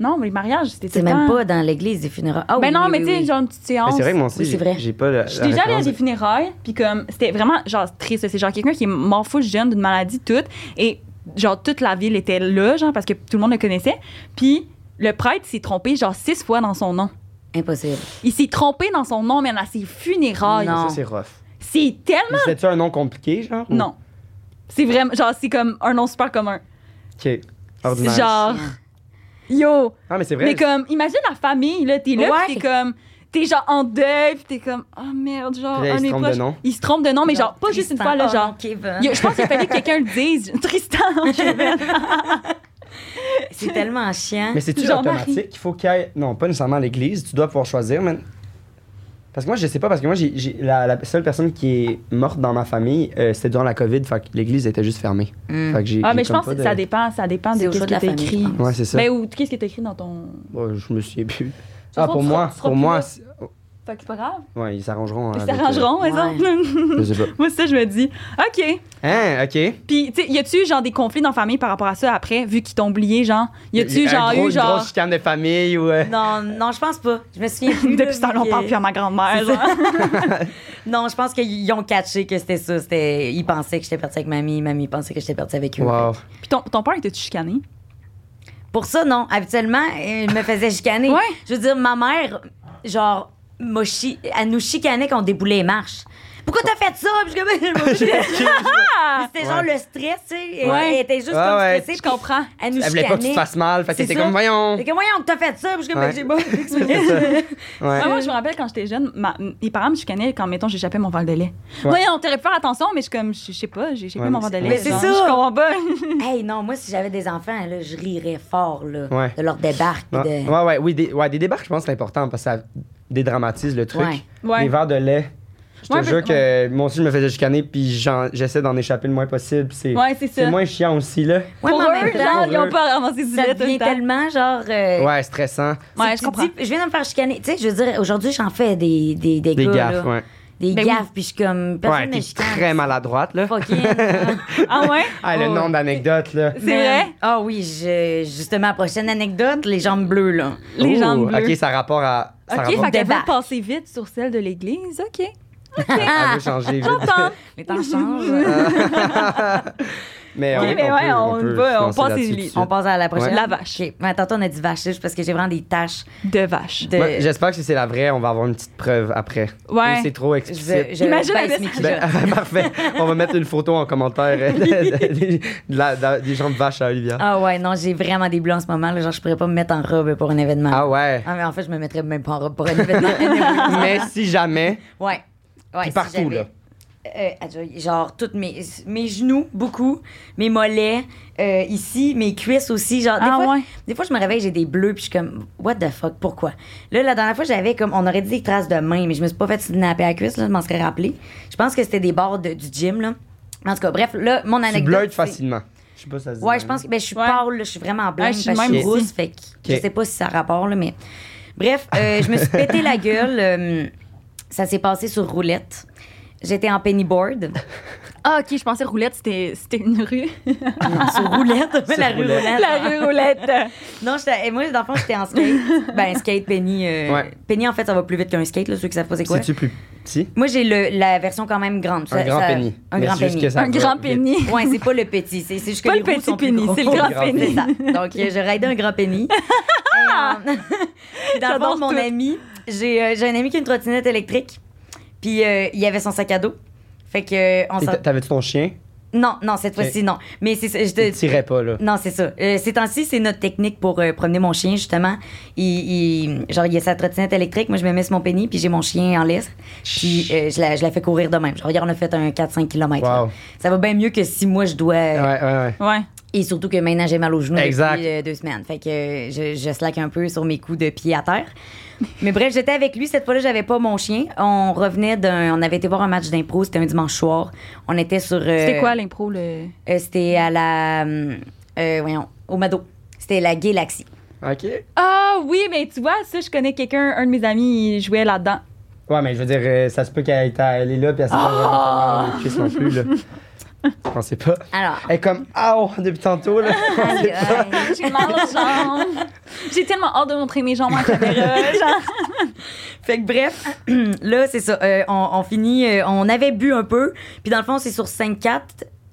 S2: Non, mais les mariages, c'était
S3: C'est
S2: tout le
S3: même
S2: temps-
S3: pas dans l'église des funérailles. Ah,
S2: ben
S3: oui,
S2: non,
S3: oui,
S2: mais
S3: oui,
S2: tu sais,
S3: oui.
S2: genre une petite
S1: Mais
S2: séance.
S1: Ben, c'est vrai que moi aussi,
S3: Oui, c'est vrai.
S1: j'ai- j'ai pas le.
S2: J'étais déjà allée à des funérailles, puis comme, c'était vraiment, genre, triste. C'est genre quelqu'un qui est mort fou jeune d'une maladie toute, et genre, toute la ville était là, genre, parce que tout le monde le connaissait. Puis, le prêtre s'est trompé, genre, six fois dans son nom.
S3: Impossible.
S2: Il s'est trompé dans son nom, mais à ses funérailles.
S3: Non.
S1: Ça, c'est rough.
S2: C'est tellement.
S1: C'était-tu un nom compliqué, genre? ou-
S2: Non. C'est vraiment, genre, c'est comme un nom super commun.
S1: Ok. Ordinaire.
S2: Genre, yo.
S1: Ah, mais c'est vrai.
S2: Mais comme, imagine la famille, là, t'es là,
S3: Ouais.
S2: pis t'es comme, t'es genre en deuil, pis t'es comme, oh merde, genre,
S1: Puis là, il
S2: un
S1: se
S2: des
S1: trompe de
S2: proches-
S1: nom.
S2: Il se trompe de nom, mais genre, pas juste une
S3: Tristan,
S2: fois, là,
S3: oh,
S2: genre.
S3: non, Kevin.
S2: yo, je pense qu'il fallait que quelqu'un le dise. Tristan,
S3: C'est tellement chiant.
S1: Mais c'est-tu
S2: Genre Marie.
S1: automatique? Il faut qu'il y ait. Non, pas nécessairement à l'église. Tu dois pouvoir choisir, mais. Parce que moi, je sais pas, parce que moi, j'ai, j'ai- la, la seule personne qui est morte dans ma famille, euh, c'était durant la COVID, fait que l'église était juste fermée.
S3: Mm.
S1: Fait que j'ai,
S2: Ah,
S1: j'ai
S2: mais je
S1: comme
S2: pense
S1: pas
S2: que
S1: de-
S2: ça dépend, ça dépend
S3: C'est
S2: de
S3: au
S2: qu'est-ce
S3: choix
S2: qui
S3: de la
S2: est
S3: famille,
S2: écrit.
S3: je pense.
S1: Ouais, c'est ça.
S2: Ben, ou qu'est-ce qui est écrit dans ton.
S1: Ouais, je me souviens plus.
S2: toute
S1: Ah,
S2: façon,
S1: pour
S2: tu
S1: moi,
S2: seras- tu seras
S1: pour
S2: plus
S1: moi,
S2: là.
S1: c'est-
S2: Fait que c'est pas grave.
S1: ouais, ils s'arrangeront.
S2: Ils
S1: avec, euh,
S2: s'arrangeront,
S3: euh,
S2: ouais. ça.
S1: Je sais pas.
S2: Moi, ça, je me dis, OK.
S1: Hein, ok.
S2: Puis, tu sais, y a-tu, genre, des conflits dans la famille par rapport à ça après, vu qu'ils t'ont oublié, genre? Y a-tu,
S1: Un
S2: genre,
S1: gros-
S2: eu,
S1: une
S2: genre.
S1: grosse chicane de famille ou. euh,
S3: Non, non, je pense pas. Je me souviens plus. là,
S2: Depuis ce temps-là, on
S3: mais-
S2: parle plus à ma grand-mère, genre.
S3: Non, je pense qu'ils ont catché que c'était ça. C'était... Ils pensaient que j'étais partie avec mamie. Mamie pensait que j'étais partie avec eux.
S1: Wow.
S2: Puis ton, ton père était-tu chicané?
S3: Pour ça, non. Habituellement, ils me faisaient chicaner.
S2: Ouais.
S3: Je veux dire, ma mère, genre, m'a chi- elle nous chicanait quand on déboulait les marches. Pourquoi t'as fait ça? Puis je suis comme, C'était genre le stress, tu sais.
S2: Ouais.
S3: Elle était juste
S1: Ouais,
S3: comme
S1: Ah ouais.
S3: stressée.
S2: Je comprends.
S3: puis Elle nous
S1: Elle voulait pas que tu te
S3: chicanait.
S1: fasses mal, fait que
S3: C'est
S1: t'es
S3: ça.
S1: comme, voyons.
S3: Fait que, voyons, t'as fait ça. Puis je suis comme, ben,
S1: Ouais.
S3: j'ai pas expliqué.
S1: Ouais.
S2: Ah, moi, je me rappelle quand j'étais jeune, ma- mes parents me chicanaient quand, mettons, j'échappais mon verre de lait.
S1: Ouais.
S2: Voyons, t'aurais pu faire attention, mais je suis comme, je je sais pas, j'ai échappé
S1: Ouais,
S2: mon
S1: mais
S2: verre de
S1: c'est-
S2: lait.
S3: Mais c'est
S2: genre,
S3: ça.
S2: Je comprends pas.
S3: Hey, non, moi, si j'avais des enfants, là, je rirais fort, là,
S1: Ouais.
S3: de leur débarque. puis
S1: Ouais,
S3: De...
S1: Ah, ouais, ouais, oui, des, ouais, des débarques, je pense que c'est important parce que ça dédramatise le truc.
S3: Ouais.
S2: Ouais.
S1: Les verres de lait. Je te
S2: Ouais,
S1: jure
S2: parce-
S1: que moi aussi, je me faisais chicaner, puis j'en- j'essaie d'en échapper le moins possible. puis C'est
S2: Ouais, c'est
S1: c'est
S2: ça.
S1: moins chiant aussi, là.
S3: Ouais,
S2: Pour
S3: mais en
S2: eux,
S3: même temps,
S2: genre, ils ont
S1: eux-
S2: pas ramassé du
S3: ça
S2: lait tout le
S3: devient
S2: temps.
S3: tellement genre. euh,
S1: Ouais, stressant.
S3: tu sais,
S2: Ouais,
S3: tu
S2: je comprends.
S3: dis, je viens de me faire chicaner. Tu sais, je veux dire, aujourd'hui, j'en fais des, des, des,
S1: Des
S3: gars,
S1: gaffes,
S3: là.
S1: ouais.
S3: Des
S2: Ben oui.
S3: gaffes, puis je suis comme.
S1: Ouais,
S3: Personne ne
S1: t'es
S3: chicane.
S1: très maladroite, là.
S3: Fucking.
S2: Ah ouais?
S1: Ah, le
S3: Oh.
S1: nombre d'anecdotes, là.
S2: C'est vrai?
S3: Ah oui, je- justement, prochaine anecdote, les jambes bleues, là.
S2: Les
S1: Oh,
S2: jambes bleues.
S1: Ok, ça a rapport à. Ça a
S2: OK,
S1: rapport
S2: fait qu'elle veut
S3: débarque.
S2: passer vite sur celle de l'église. OK. ah.
S1: à- à changer vite.
S2: J'entends.
S3: Les temps changent.
S1: Mais
S2: Ok,
S1: on,
S2: mais
S1: on
S2: ouais,
S1: peut-
S2: on
S1: peut
S2: va-
S1: se
S2: on
S1: lancer
S2: passe
S1: là-dessus
S2: les
S1: tout de
S2: lits.
S1: suite.
S3: On passe à la prochaine.
S2: Ouais. La vache.
S3: OK. Ouais, tantôt, on a dit vache, là, parce que j'ai vraiment des taches
S2: De vache.
S3: de.
S1: Ouais, J'espère que si c'est la vraie, on va avoir une petite preuve après. Ou
S2: Ouais.
S1: Oh, c'est trop
S3: je-
S1: explicite.
S3: je
S2: Imagine
S3: baisse
S2: avec-
S3: mes culottes.
S1: Ben, parfait. On va mettre une photo en commentaire euh, de- de- de la- de- des jambes vaches à Olivia.
S3: Ah ouais, non, j'ai vraiment des bleus en ce moment. Là, genre, je pourrais pas me mettre en robe pour un événement.
S1: Ah ouais.
S3: Ah, mais en fait, je me mettrais même pas en robe pour un événement.
S1: Mais si jamais,
S3: ouais. Ah. Ouais,
S1: puis
S3: si
S1: partout
S3: j'avais-
S1: là.
S3: Euh, adjo- genre, toutes mes, mes genoux, beaucoup, mes mollets, euh, ici, mes cuisses aussi. Genre, des,
S2: Ah
S3: fois,
S2: ouais.
S3: des fois, je me réveille, j'ai des bleus, puis je suis comme, what the fuck, pourquoi? Là, la dernière fois, j'avais comme, on aurait dit des traces de main, mais je me suis pas fait snapper à la cuisse, là, je m'en serais rappelé. Je pense que c'était des bords de- du gym, là. En tout cas, bref, là, mon
S1: Tu
S3: anecdote.
S1: blurtes
S3: c'est-
S1: facilement. Je sais pas si ça se dit.
S3: Ouais, je pense que ben, je suis
S2: Ouais. Ah,
S3: pâle, là, je suis vraiment blanche,
S2: je suis
S3: parce que je
S2: même
S3: suis
S2: aussi.
S3: rousse, fait que je
S1: Ok.
S3: sais pas si ça a rapport, là, mais. Bref, euh, je me suis pété la gueule. euh, ça s'est passé sur roulette. J'étais en penny board.
S2: Ah, ok, je pensais roulette, c'était c'était une rue.
S3: Non, sur roulette, mais la rue
S1: roulette.
S3: roulette.
S2: La rue roulette.
S3: Non, j'étais- et moi, dans le fond, j'étais en skate. ben, skate, penny. euh,
S1: Ouais.
S3: Penny, en fait, ça va plus vite qu'un skate, là, ceux qui savent pas c'est quoi.
S1: C'est-tu plus petit?
S3: Moi, j'ai le- la version quand même grande.
S1: Un
S3: Ça-
S1: grand
S3: ça-
S1: penny.
S3: Un
S1: Mais
S3: grand
S1: c'est juste
S3: penny.
S1: que ça
S2: un
S1: va
S2: grand
S1: vite.
S2: penny.
S3: Ouais, c'est pas le petit, c'est c'est juste que
S2: Pas
S3: les
S2: le
S3: roues
S2: petit
S3: sont plus
S2: pénis,
S3: grosses.
S2: c'est le grand pénis.
S3: C'est ça. Donc, euh, je raidais un grand pénis. Et, euh, puis dans le
S2: J'adore
S3: fond, mon
S2: tout.
S3: ami, j'ai euh, j'ai un ami qui a une trottinette électrique. Puis euh, il avait son sac à dos. Fait que euh, on
S1: Et
S3: s'en-
S1: t'a- T'avais-tu ton chien?
S3: Non, non, cette
S1: Ok.
S3: fois-ci, non. Mais c'est ça, je
S1: Tu
S3: te-
S1: tirais pas, là.
S3: non, c'est ça. Euh, ces temps-ci, c'est notre technique pour euh, promener mon chien, justement. Il, il- genre, il y a sa trottinette électrique. Moi, je me mets sur mon pénis, puis j'ai mon chien en laisse. Puis euh, je, la, je la fais courir de même. Genre, regarde, on a fait un 4-5 km.
S1: Wow.
S3: Ça va bien mieux que si moi, je dois... euh,
S1: Ouais, ouais,
S2: Ouais.
S3: Et surtout que maintenant, j'ai mal aux genoux
S1: Exact.
S3: depuis euh, deux semaines. Fait que euh, je, je slack un peu sur mes coups de pied à terre. Mais bref, j'étais avec lui. Cette fois-là, j'avais pas mon chien. On revenait d'un... On avait été voir un match d'impro. C'était un dimanche soir. On était sur... euh,
S2: C'était quoi l'impro, le.
S3: euh, C'était à la... euh, euh, voyons, au Mado. C'était la Galaxy.
S1: ouais. OK.
S2: Ah oui, mais tu vois, ça, je connais quelqu'un, un de mes amis, il jouait là-dedans.
S1: Ouais, mais je veux dire, euh, ça se peut qu'elle était- elle est là, puis elle s'est
S3: Ah!
S1: pas vraiment cuisse non plus, là. Je pensais pas.
S3: Alors...
S1: Elle est comme, ah, oh, depuis tantôt, là.
S2: Ah,
S3: aïe, aïe.
S2: J'ai mal aux jambes. J'ai tellement hâte de montrer mes jambes à la caméra. genre.
S3: Fait que bref, là, c'est ça. Euh, on, on finit... euh, on avait bu un peu. Puis dans le fond, c'est sur 5-4.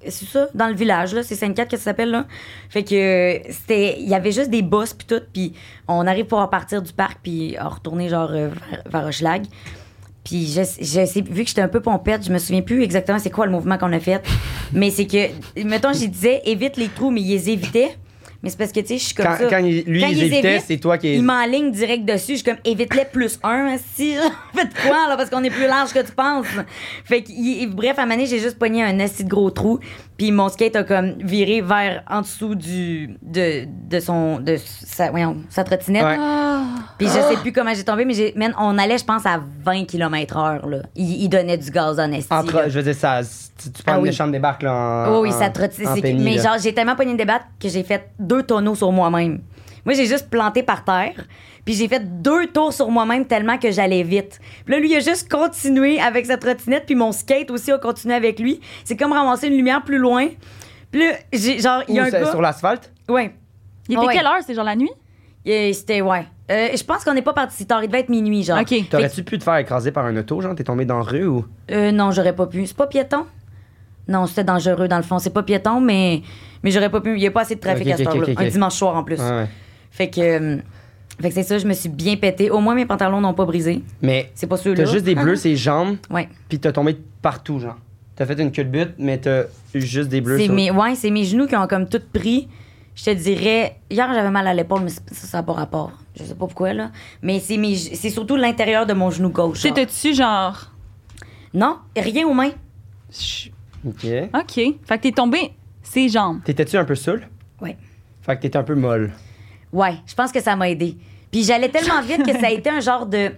S3: C'est ça, dans le village, là. C'est 5-4 que ça s'appelle, là. Fait que euh, c'était... Il y avait juste des bosses, puis tout. Puis on arrive pour repartir du parc, puis en retourner, genre, euh, vers, vers Hochelag. Puis je, je sais, vu que j'étais un peu pompette, je me souviens plus exactement c'est quoi le mouvement qu'on a fait. mais c'est que, mettons, j'y disais, évite les trous, mais ils les évitaient. Mais c'est parce que, tu sais, je suis comme
S1: Quand,
S3: ça.
S1: quand il- lui,
S3: Quand
S1: il
S3: ils
S1: évitait,
S3: évitent,
S1: c'est toi qui.
S3: Il m'enligne direct dessus. Je suis comme, évite-les plus un, si. Faites quoi, là, parce qu'on est plus large que tu penses. Fait que, il- il- bref, à un moment donné, j'ai juste pogné un assez de gros trou. Puis mon skate a comme viré vers en dessous du, de, de son, de sa, voyons, sa trottinette.
S1: Ouais. Oh!
S2: Ah.
S3: Puis je sais plus comment j'ai tombé, mais j'ai, man, on allait, je pense, à 20 km heure, là. Il, il donnait du gaz en esti.
S1: Entre-
S3: là.
S1: je veux dire, ça, tu, tu prends
S3: Ah
S1: une
S3: oui.
S1: méchante débarque, là. En,
S3: Oh oui,
S1: en-
S3: ça trotte. c'est-
S1: en
S3: c'est-
S1: penny,
S3: Mais
S1: là.
S3: genre, j'ai tellement pogné une débatte que j'ai fait deux tonneaux sur moi-même. Moi, j'ai juste planté par terre. Puis j'ai fait deux tours sur moi-même tellement que j'allais vite. Puis là, lui, il a juste continué avec sa trottinette. Puis mon skate aussi a continué avec lui. C'est comme ramasser une lumière plus loin. Puis là, j'ai, genre, il y a
S1: Ou
S3: un
S1: c'est-
S3: gars...
S1: sur l'asphalte?
S3: Ouais.
S2: Il était
S3: Ah Ouais.
S2: quelle heure? C'est genre la nuit?
S3: Et c'était... Ouais. Euh, je pense qu'on n'est pas parti si tard. Il devait être minuit, genre.
S2: Ok.
S1: T'aurais-tu pu te faire écraser par un auto, genre? T'es tombé dans la rue ou.
S3: Euh, non, j'aurais pas pu. C'est pas piéton? Non, c'était dangereux dans le fond. C'est pas piéton, mais, mais j'aurais pas pu. Il y a pas assez de trafic
S1: Ok,
S3: à cette
S1: ok,
S3: heure-là.
S1: ok, ok.
S3: Un dimanche soir en plus.
S1: Ouais, ouais.
S3: Fait que, euh, fait que c'est ça, je me suis bien pété. Au moins, mes pantalons n'ont pas brisé.
S1: Mais
S3: C'est pas ceux-là.
S1: t'as juste des bleus, ses jambes,
S3: Ouais.
S1: puis t'as tombé partout, genre. T'as fait une culbute, mais t'as eu juste des bleus.
S3: C'est
S1: sur-
S3: mes, ouais, c'est mes genoux qui ont comme tout pris. Je te dirais, hier j'avais mal à l'épaule, mais c'est- ça, ça n'a pas rapport. Je sais pas pourquoi, là. Mais c'est, mes, c'est surtout l'intérieur de mon genou gauche. genre.
S2: T'étais-tu genre.
S3: Non, rien aux mains.
S2: Chut.
S1: Ok.
S2: Ok. Fait que t'es tombé ses jambes.
S1: T'étais-tu un peu seul?
S3: Ouais.
S1: Fait que t'étais un peu molle.
S3: Ouais, je pense que ça m'a aidé. Puis j'allais tellement vite que ça a été un genre de.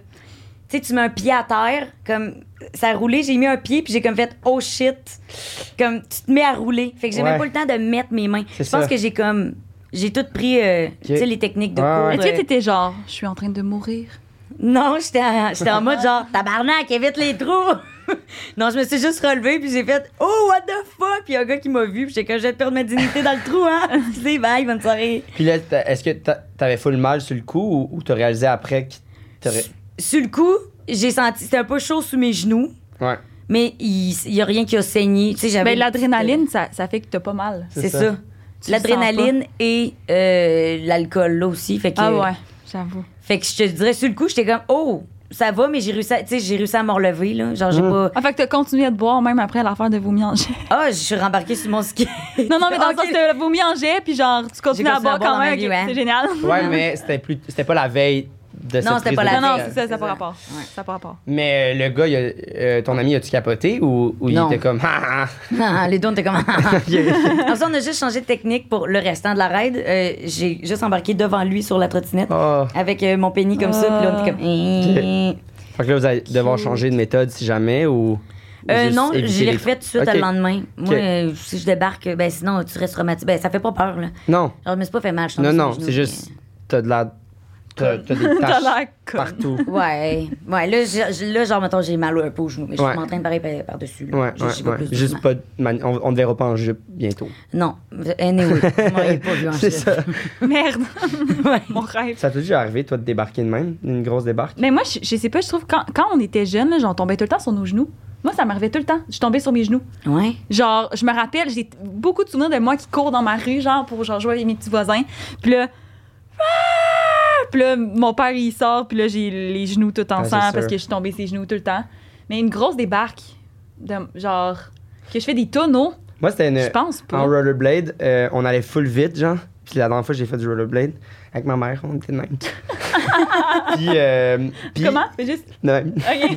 S3: Tu sais, tu mets un pied à terre, comme ça a roulé, j'ai mis un pied, puis j'ai comme fait oh shit. Comme tu te mets à rouler. Fait que j'ai
S1: Ouais.
S3: même pas le temps de mettre mes mains. Je
S1: C'est
S3: pense
S1: ça.
S3: que j'ai comme. J'ai tout pris, euh, tu sais, les techniques de
S1: Ouais, ouais.
S3: cours.
S2: Est-ce que
S3: euh,
S2: t'étais genre, je suis en train de mourir?
S3: Non, j'étais en- j'étais en mode genre tabarnak, évite les trous. non, je me suis juste relevée, puis j'ai fait oh what the fuck. Puis il y a un gars qui m'a vu, puis j'ai comme je vais te perdre ma dignité dans le trou, hein. Tu sais, bye, bonne soirée.
S1: Puis là, t'as- est-ce que t'a- t'avais full mal sur le coup ou, ou t'as réalisé après que t'aurais.
S3: Sur le coup, j'ai senti, c'était un peu chaud sous mes genoux.
S1: Ouais.
S3: Mais il n'y a rien qui a saigné. Tu sais, j'avais.
S2: Ben, l'adrénaline, ça, ça fait que t'as pas mal.
S3: C'est
S1: C'est
S3: ça.
S1: ça.
S2: Tu le
S3: L'adrénaline et euh, l'alcool, là aussi. Fait que,
S2: Ah ouais, j'avoue.
S3: Fait que je te dirais, sur le coup, j'étais comme, oh, ça va, mais j'ai réussi à, tu sais, j'ai réussi à me relever, là. Genre, j'ai
S1: Mm.
S3: pas.
S2: Ah, fait que t'as continué à te boire même après l'affaire de vomir en jet.
S3: Ah, je suis rembarquée sur mon ski.
S2: Non, non, mais dans
S3: Ok.
S2: le sens, t'as vomi en jet, puis genre, tu continues à
S3: continué à
S2: boire
S3: boire
S2: quand
S3: dans ma
S2: même.
S3: vie,
S2: ok,
S3: ouais.
S2: C'est génial.
S1: Ouais, mais c'était plus, c'était pas la veille de cette
S3: Non, c'était
S1: prise
S3: pas
S1: de
S2: Non,
S3: la
S2: non,
S1: décision.
S2: c'est ça, ça n'a pas
S3: Ouais.
S2: rapport. Ça n'a pas rapport.
S1: Mais le gars, il a- euh, ton ami, a-tu capoté ou, ou il
S3: Non.
S1: était comme. Ah, ah.
S3: Ah, Les deux, on était comme.
S1: Ok.
S3: Après ça, on a juste changé de technique pour le restant de la ride. Euh, j'ai juste embarqué devant lui sur la trottinette.
S1: Oh.
S3: Avec euh, mon pénis comme eh, ça, puis là, on était comme.
S1: Fait que là, vous allez devoir changer de méthode si jamais ou. ou
S3: Euh,
S1: juste
S3: non,
S1: éviter
S3: je l'ai
S1: les-
S3: refait tout de suite
S1: Ok.
S3: le lendemain. Moi,
S1: Ok.
S3: euh, si je débarque, ben sinon, tu restes traumatisé. Ben, ça fait pas peur, là.
S1: Non,
S3: Genre, je me suis pas fait mal. je suis
S1: non,
S3: tombée sur
S1: non,
S3: mes genoux,
S1: c'est juste. T'as de la. t'as t'as des
S2: T'as
S1: taches
S2: l'air con.
S1: partout.
S3: Ouais, ouais. Là, j'ai- j'ai- là genre, mettons, j'ai mal un peu au genou, mais je
S1: Ouais.
S3: suis en train de parler par- par-dessus. là.
S1: Ouais,
S3: je je sais
S1: ouais,
S3: pas
S1: ouais.
S3: plus de
S1: Juste
S3: comment.
S1: pas de mani- on, on te verra pas en jupe bientôt.
S3: Non, anyway, moi, il est pas vu en
S1: C'est
S3: chef.
S1: ça.
S2: Merde,
S3: Ouais.
S2: mon rêve.
S1: Ça t'est déjà arrivé, toi, de débarquer de même, une grosse débarque?
S2: Mais moi, je, je sais pas, je trouve quand, quand on était jeune, là, genre, on tombait tout le temps sur nos genoux. Moi, ça m'arrivait tout le temps. Je tombais sur mes genoux.
S3: Ouais.
S2: Genre, je me rappelle, j'ai beaucoup de souvenirs de moi qui cours dans ma rue, genre, pour genre, jouer avec mes petits voisins. Puis là, Ah! puis là, mon père, il sort, puis là, j'ai les genoux tout
S1: Ah,
S2: en
S1: c'est
S2: sang parce
S1: sûr.
S2: que je suis tombée sur les genoux tout le temps. Mais une grosse débarque, de, genre, que je fais des tonneaux,
S1: Moi, c'était une.
S2: je pense
S1: Euh, En
S2: pas.
S1: rollerblade, euh, on allait full vite, genre. Puis la dernière fois, j'ai fait du rollerblade avec ma mère, on était de même. puis, euh, puis-
S2: Comment? Fais juste.
S1: De même.
S2: OK.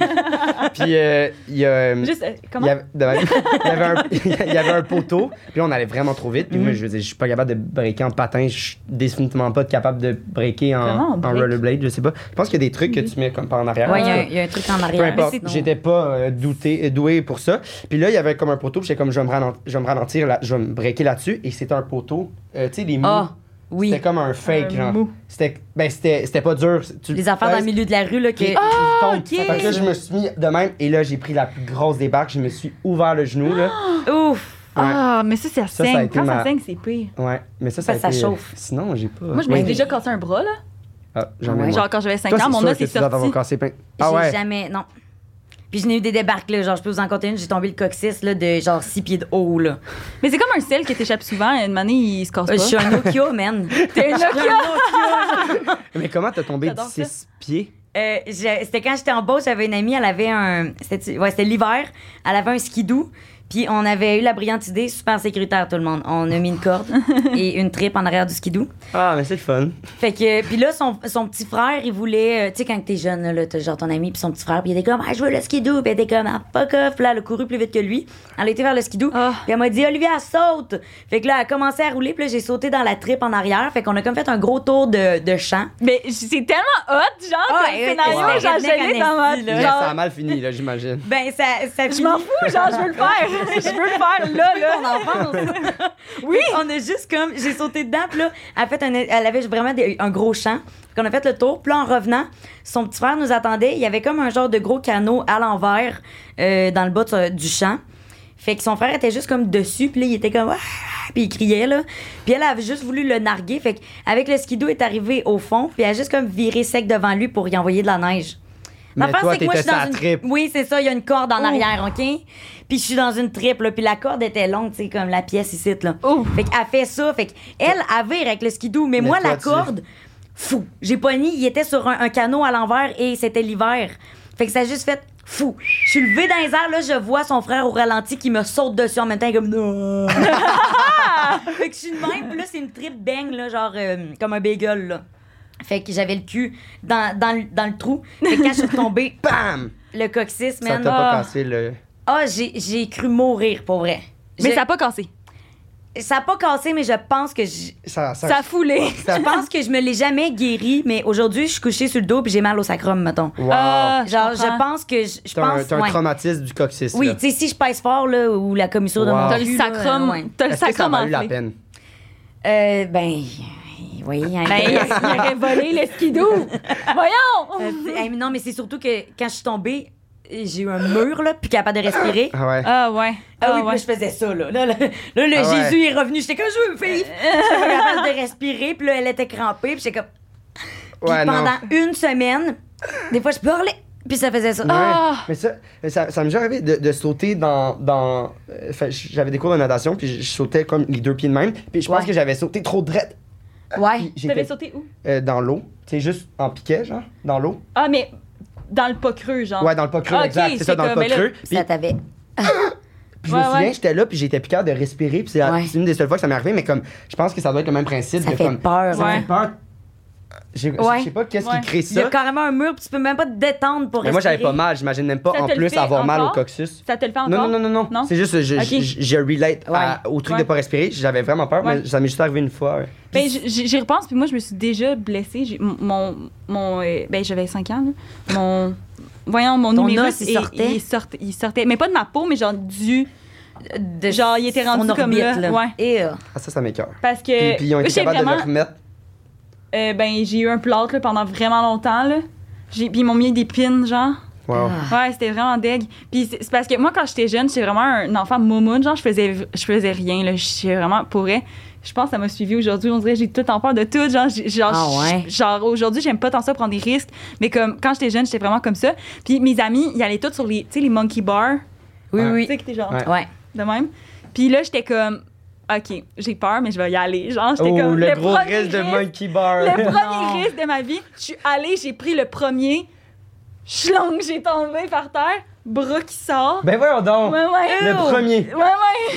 S1: Puis, euh, il y a. euh,
S2: juste. euh,
S1: Il y,
S2: Comment?
S1: avait, de même. Il y avait un, il y avait un poteau, puis on allait vraiment trop vite.
S2: Mhm.
S1: Puis moi, je veux dire, je suis pas capable de breaker en patin. Je suis définitivement pas capable de breaker
S2: Comment on
S1: en, en
S2: break? Mhm.
S1: rollerblade. Je sais pas. Je pense qu'il y a des trucs que tu mets comme par en arrière.
S3: Ouais, il y a un- il y, a un truc en
S1: Ah. Peu
S3: arrière.
S1: importe,
S3: sinon-
S1: j'étais pas euh, douté, doué pour ça. Puis là, il y avait comme un poteau, puis j'étais comme, je vais me ralentir, je vais me, ralentir là- je vais me breaker là-dessus. Et c'était un poteau, euh, tu sais, les mous.
S3: Ah, oui.
S1: C'était comme un fake,
S2: Un
S1: genre.
S2: mou.
S1: C'était, ben, c'était, c'était pas dur. Tu
S3: Les affaires dans le milieu de la rue, là, que.
S1: Ah!
S2: Ah, ok.
S1: Fait que là, je me suis mis de même, et là, j'ai pris la plus grosse débarque, je me suis ouvert le genou, là.
S3: Ouf!
S2: Ah, mais ça, ça
S1: Ça, ça a
S2: saigne.
S1: été
S2: Quand ça
S1: ma-
S2: saigne, c'est pire.
S1: Ouais, mais ça, ça,
S3: Ça,
S1: a
S3: ça
S1: été- euh,
S3: chauffe.
S1: Sinon, j'ai pas.
S2: Moi, je me suis
S3: Oui.
S2: déjà cassé un bras, là.
S1: Ah, j'en ai
S3: Ouais.
S1: moins.
S2: Genre, quand j'avais 5
S1: Toi,
S2: ans,
S1: c'est
S2: mon
S1: sûr
S2: os
S1: que
S2: est
S1: tu dois
S2: sorti.
S1: t'avoir cassé plein- Ah
S3: j'ai
S1: ouais.
S3: jamais. Non. Puis j'en ai eu des débarques, là. Genre, je peux vous en compter une. J'ai tombé le coccyx, là, de genre 6 pieds de haut, là.
S2: Mais c'est comme un sel qui t'échappe souvent. Une manée, il se casse
S1: Ah,
S3: Euh,
S2: pas.
S3: Je suis un Nokia, man.
S2: T'es là,
S1: Mais comment t'as tombé de
S2: J'adore ça.
S1: 6 pieds?
S3: Euh, je- c'était quand j'étais en Beauce, j'avais une amie, elle avait un. C'était ouais, c'était l'hiver, elle avait un skidoo. Puis on avait eu la brillante idée, super sécuritaire tout le monde. On a mis une corde et une tripe en arrière du skidoo.
S1: Ah, mais c'est le fun.
S3: Fait que, puis là, son, son petit frère, il voulait, euh, tu sais, quand t'es jeune, là, t'as genre ton ami, puis son petit frère, puis il était comme, ah, je veux le skidoo, puis il était comme, ah, fuck off, Puis là, elle a couru plus vite que lui. Elle a été vers le skidoo,
S2: Ah.
S3: puis elle m'a dit, Olivia, saute! Fait que là, elle a commencé à rouler, puis là, j'ai sauté dans la tripe en arrière. Fait qu'on a comme fait un gros tour de, de champ.
S2: Mais c'est tellement hot, genre,
S3: Ah,
S2: comme
S3: ouais,
S2: scénario,
S3: ouais.
S2: genre, je l'ai dans ma...
S3: Ouais.
S1: Mais ça a
S2: Genre,
S1: mal fini, là, j'imagine.
S3: Ben, ça, ça
S2: je m'en fous, genre, je veux le faire. Je veux le faire, là, là.
S3: Oui. On a juste comme j'ai sauté dedans puis là, elle a fait un- elle avait vraiment des- un gros champ. Qu'on a fait le tour, puis là, en revenant, son petit frère nous attendait. Il y avait comme un genre de gros canot à l'envers euh, dans le bas de son- du champ. Fait que son frère était juste comme dessus, puis là, il était comme ah! puis il criait là. Puis elle avait juste voulu le narguer. Fait que avec le skido est arrivé au fond, puis elle a juste comme viré sec devant lui pour y envoyer de la neige.
S1: Mais
S3: L'affaire,
S1: toi,
S3: c'est que moi, je
S1: t'étais
S3: suis dans
S1: sa
S3: une-
S1: trip.
S3: Oui, c'est ça, il y a une corde en
S1: Oh.
S2: Ouh.
S3: arrière, OK? Puis je suis dans une triple, là, puis la corde était longue, tu sais, comme la pièce ici, là.
S2: Ouf.
S3: Fait qu'elle fait ça, fait qu'elle, elle vire avec le skidoo, mais,
S1: Mais
S3: moi,
S1: toi,
S3: la
S1: tu-
S3: corde, fou, j'ai pogné, il était sur un, un canot à l'envers et c'était l'hiver. Fait que ça a juste fait fou. Je suis levée dans les airs, là, je vois son frère au ralenti qui me saute dessus en même temps, comme non. fait que je suis de même, puis là, c'est une triple bang, là, genre, euh, comme un bagel, là. Fait que j'avais le cul dans, dans, le- dans le trou. Fait que quand je suis retombée,
S1: Bam!
S3: le coccyx,
S1: Ça t'a
S3: man.
S1: pas
S2: ah.
S1: cassé le.
S3: Ah, j'ai j'ai cru mourir, pour vrai.
S2: Mais
S3: Je-
S2: ça a pas cassé.
S3: ça a pas cassé, mais je pense que j'-
S1: Ça, ça,
S2: Ça a foulé.
S1: ça-
S3: Je pense que je me l'ai jamais guéri, mais aujourd'hui, je suis couchée sur le dos puis j'ai mal au sacrum, mettons.
S1: Wow.
S2: Ah,
S3: Genre,
S2: je
S3: je
S2: comprends.
S3: pense que je, je
S1: T'as un,
S3: pense.
S1: t'as un
S3: ouais.
S1: traumatisme du coccyx.
S3: Oui,
S1: là.
S3: tu sais, si je pèse fort, là, ou la commissure de
S1: Wow.
S3: mon
S2: T'as le
S3: cul, là,
S2: sacrum.
S3: ouais.
S2: T'as le
S1: Est-ce que ça
S2: sacrum
S1: m'a eu la
S2: enflé.
S1: peine?
S3: Euh, ben, oui, hein.
S2: Ben, il aurait volé le skidoo.
S3: Euh,
S2: Voyons.
S3: tu- hey, mais non, mais c'est surtout que quand je suis tombée, j'ai eu un mur, là, puis capable de respirer.
S1: Ah ouais.
S2: Ah ouais.
S3: Ah oui,
S2: ouais.
S3: puis là, je faisais ça, là. Là, là, là, le
S1: Ah ouais.
S3: Jésus est revenu. J'étais comme, je veux
S2: Euh.
S3: vivre. J'étais pas capable de respirer, puis là, elle était crampée, puis j'étais comme. Puis
S1: Ouais, non.
S3: pendant une semaine, des fois, je hurlais, puis ça faisait ça.
S1: Ouais.
S2: Ah!
S1: Mais ça, ça, ça me déjà arrivé de, de sauter dans. dans euh, fait, j'avais des cours de natation, puis je je sautais comme les deux pieds de même. Puis je pense
S3: Ouais.
S1: que j'avais sauté trop drette.
S3: Ah, Ouais.
S2: T'avais
S1: J'étais
S2: sauté où?
S1: euh, dans l'eau. Tu sais, juste en piquet, genre, dans l'eau.
S2: Ah, mais dans le pas creux,
S3: Ah.
S2: genre.
S1: Ouais, dans le pas creux,
S2: Ok,
S1: exact. C'est ça,
S2: c'est
S1: dans le
S2: comme-
S1: pas
S2: mais là,
S1: creux. Puis,
S3: Ça t'avait.
S1: puis je me
S2: Ouais,
S1: souviens,
S2: ouais.
S1: j'étais là, puis j'étais plus capable de respirer. Puis c'est la-
S3: Ouais.
S1: c'est une des seules fois que ça m'est arrivé, mais comme, je pense que ça doit être le même principe.
S3: Ça
S1: de
S3: fait
S1: comme-
S3: peur.
S1: Ça
S2: Ouais.
S1: fait peur. J'ai- Je
S3: Ouais.
S1: sais pas qu'est-ce
S2: Ouais.
S1: qui crée
S3: Il y a
S1: ça.
S3: carrément un mur, puis tu peux même pas te détendre pour
S1: Mais moi, j'avais pas mal. J'imagine même pas,
S2: Ça
S1: en
S2: te le
S1: plus,
S2: fait
S1: avoir mal au
S2: encore?
S1: coccyx.
S2: Ça te le fait encore?
S1: Non, non, non, non,
S2: Non?
S1: non. C'est juste, je,
S2: Ok.
S1: je, je relate à- au truc de
S2: Ouais.
S1: pas respirer. J'avais vraiment peur,
S2: Ouais.
S1: mais ça m'est juste arrivé une fois. ouais.
S2: Ben, j- j- j'y repense, puis moi, je me suis déjà blessée. J'ai- mon- Mon. mon euh, ben, j'avais 5 ans, là. Mon. Voyons, mon
S3: Ton
S2: humérus,
S3: os, il sortait?
S2: Il, sortait, il sortait. Mais pas de ma peau, mais genre du. Genre, il était rendu comme là. Ouais.
S3: Et, euh,
S1: Ah, ça, ça m'écoeure.
S2: Parce
S1: Puis,
S2: que.
S1: puis ils ont été
S2: j'ai
S1: capables de
S2: vraiment.
S1: le remettre.
S2: euh, ben, j'ai eu un plâtre là, pendant vraiment longtemps. Là. J'ai, puis ils m'ont mis des pins, genre.
S1: Wow.
S3: Ah.
S2: Ouais, c'était vraiment deg. Puis c'est c'est parce que moi, quand j'étais jeune, j'étais vraiment un enfant moumoune. Genre, je faisais, je faisais rien. Là. J'étais vraiment pourrais. Je pense que ça m'a suivi aujourd'hui. On dirait que j'ai tout en peur de tout. Genre, j'ai- genre,
S3: Ah ouais?
S2: j- genre aujourd'hui, j'aime pas tant ça prendre des risques. Mais comme quand j'étais jeune, j'étais vraiment comme ça. Puis mes amis, ils allaient tous sur les, tu sais, les monkey bars.
S3: Oui,
S1: Ouais.
S2: Tu
S3: oui.
S2: sais, que t'es genre
S1: Ouais.
S3: Ouais.
S2: de même. Puis là, j'étais comme, OK, j'ai peur, mais je vais y aller. Genre, j'étais
S1: Oh,
S2: comme,
S1: le, gros
S2: premier
S1: risque de Monkey Bar.
S2: le premier
S3: Non.
S2: risque de ma vie. Je suis allée, j'ai pris le premier. Schlong, j'ai tombé par terre. Bras qui sort.
S1: Ben voyons donc.
S2: ouais, ouais.
S1: Le premier.
S2: Ouais, ouais.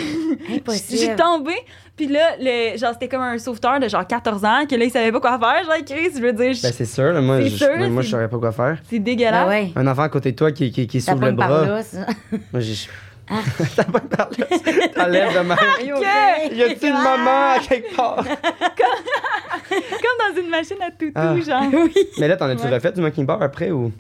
S2: J'ai
S3: Impossible.
S2: tombé. Puis là, le, genre, c'était comme un sauveteur de genre 14 ans, que là, il savait pas quoi faire. Genre, Chris, je veux dire, je-
S1: Ben c'est sûr, là, moi,
S2: C'est
S1: je,
S2: sûr,
S1: mais moi
S2: c'est-
S1: je saurais pas quoi faire.
S2: c'est
S3: Ah
S2: dégueulasse.
S3: ouais.
S1: Un enfant à côté de toi qui, qui, qui
S3: Ça
S1: Ben s'ouvre le
S3: pogne par
S1: bras.
S3: là. ça.
S1: Moi j'ai.
S3: Ah.
S1: T'as pas parlé. T'as l'air de même.
S2: Que-
S1: Y a-t-il
S3: Ah.
S1: une maman
S2: Ah.
S1: à quelque part?
S2: Comme dans une machine à toutou,
S1: Ah.
S2: genre.
S3: Oui.
S1: Mais là, t'en as-tu
S2: Ouais.
S1: refait du Monkey Bar après ou?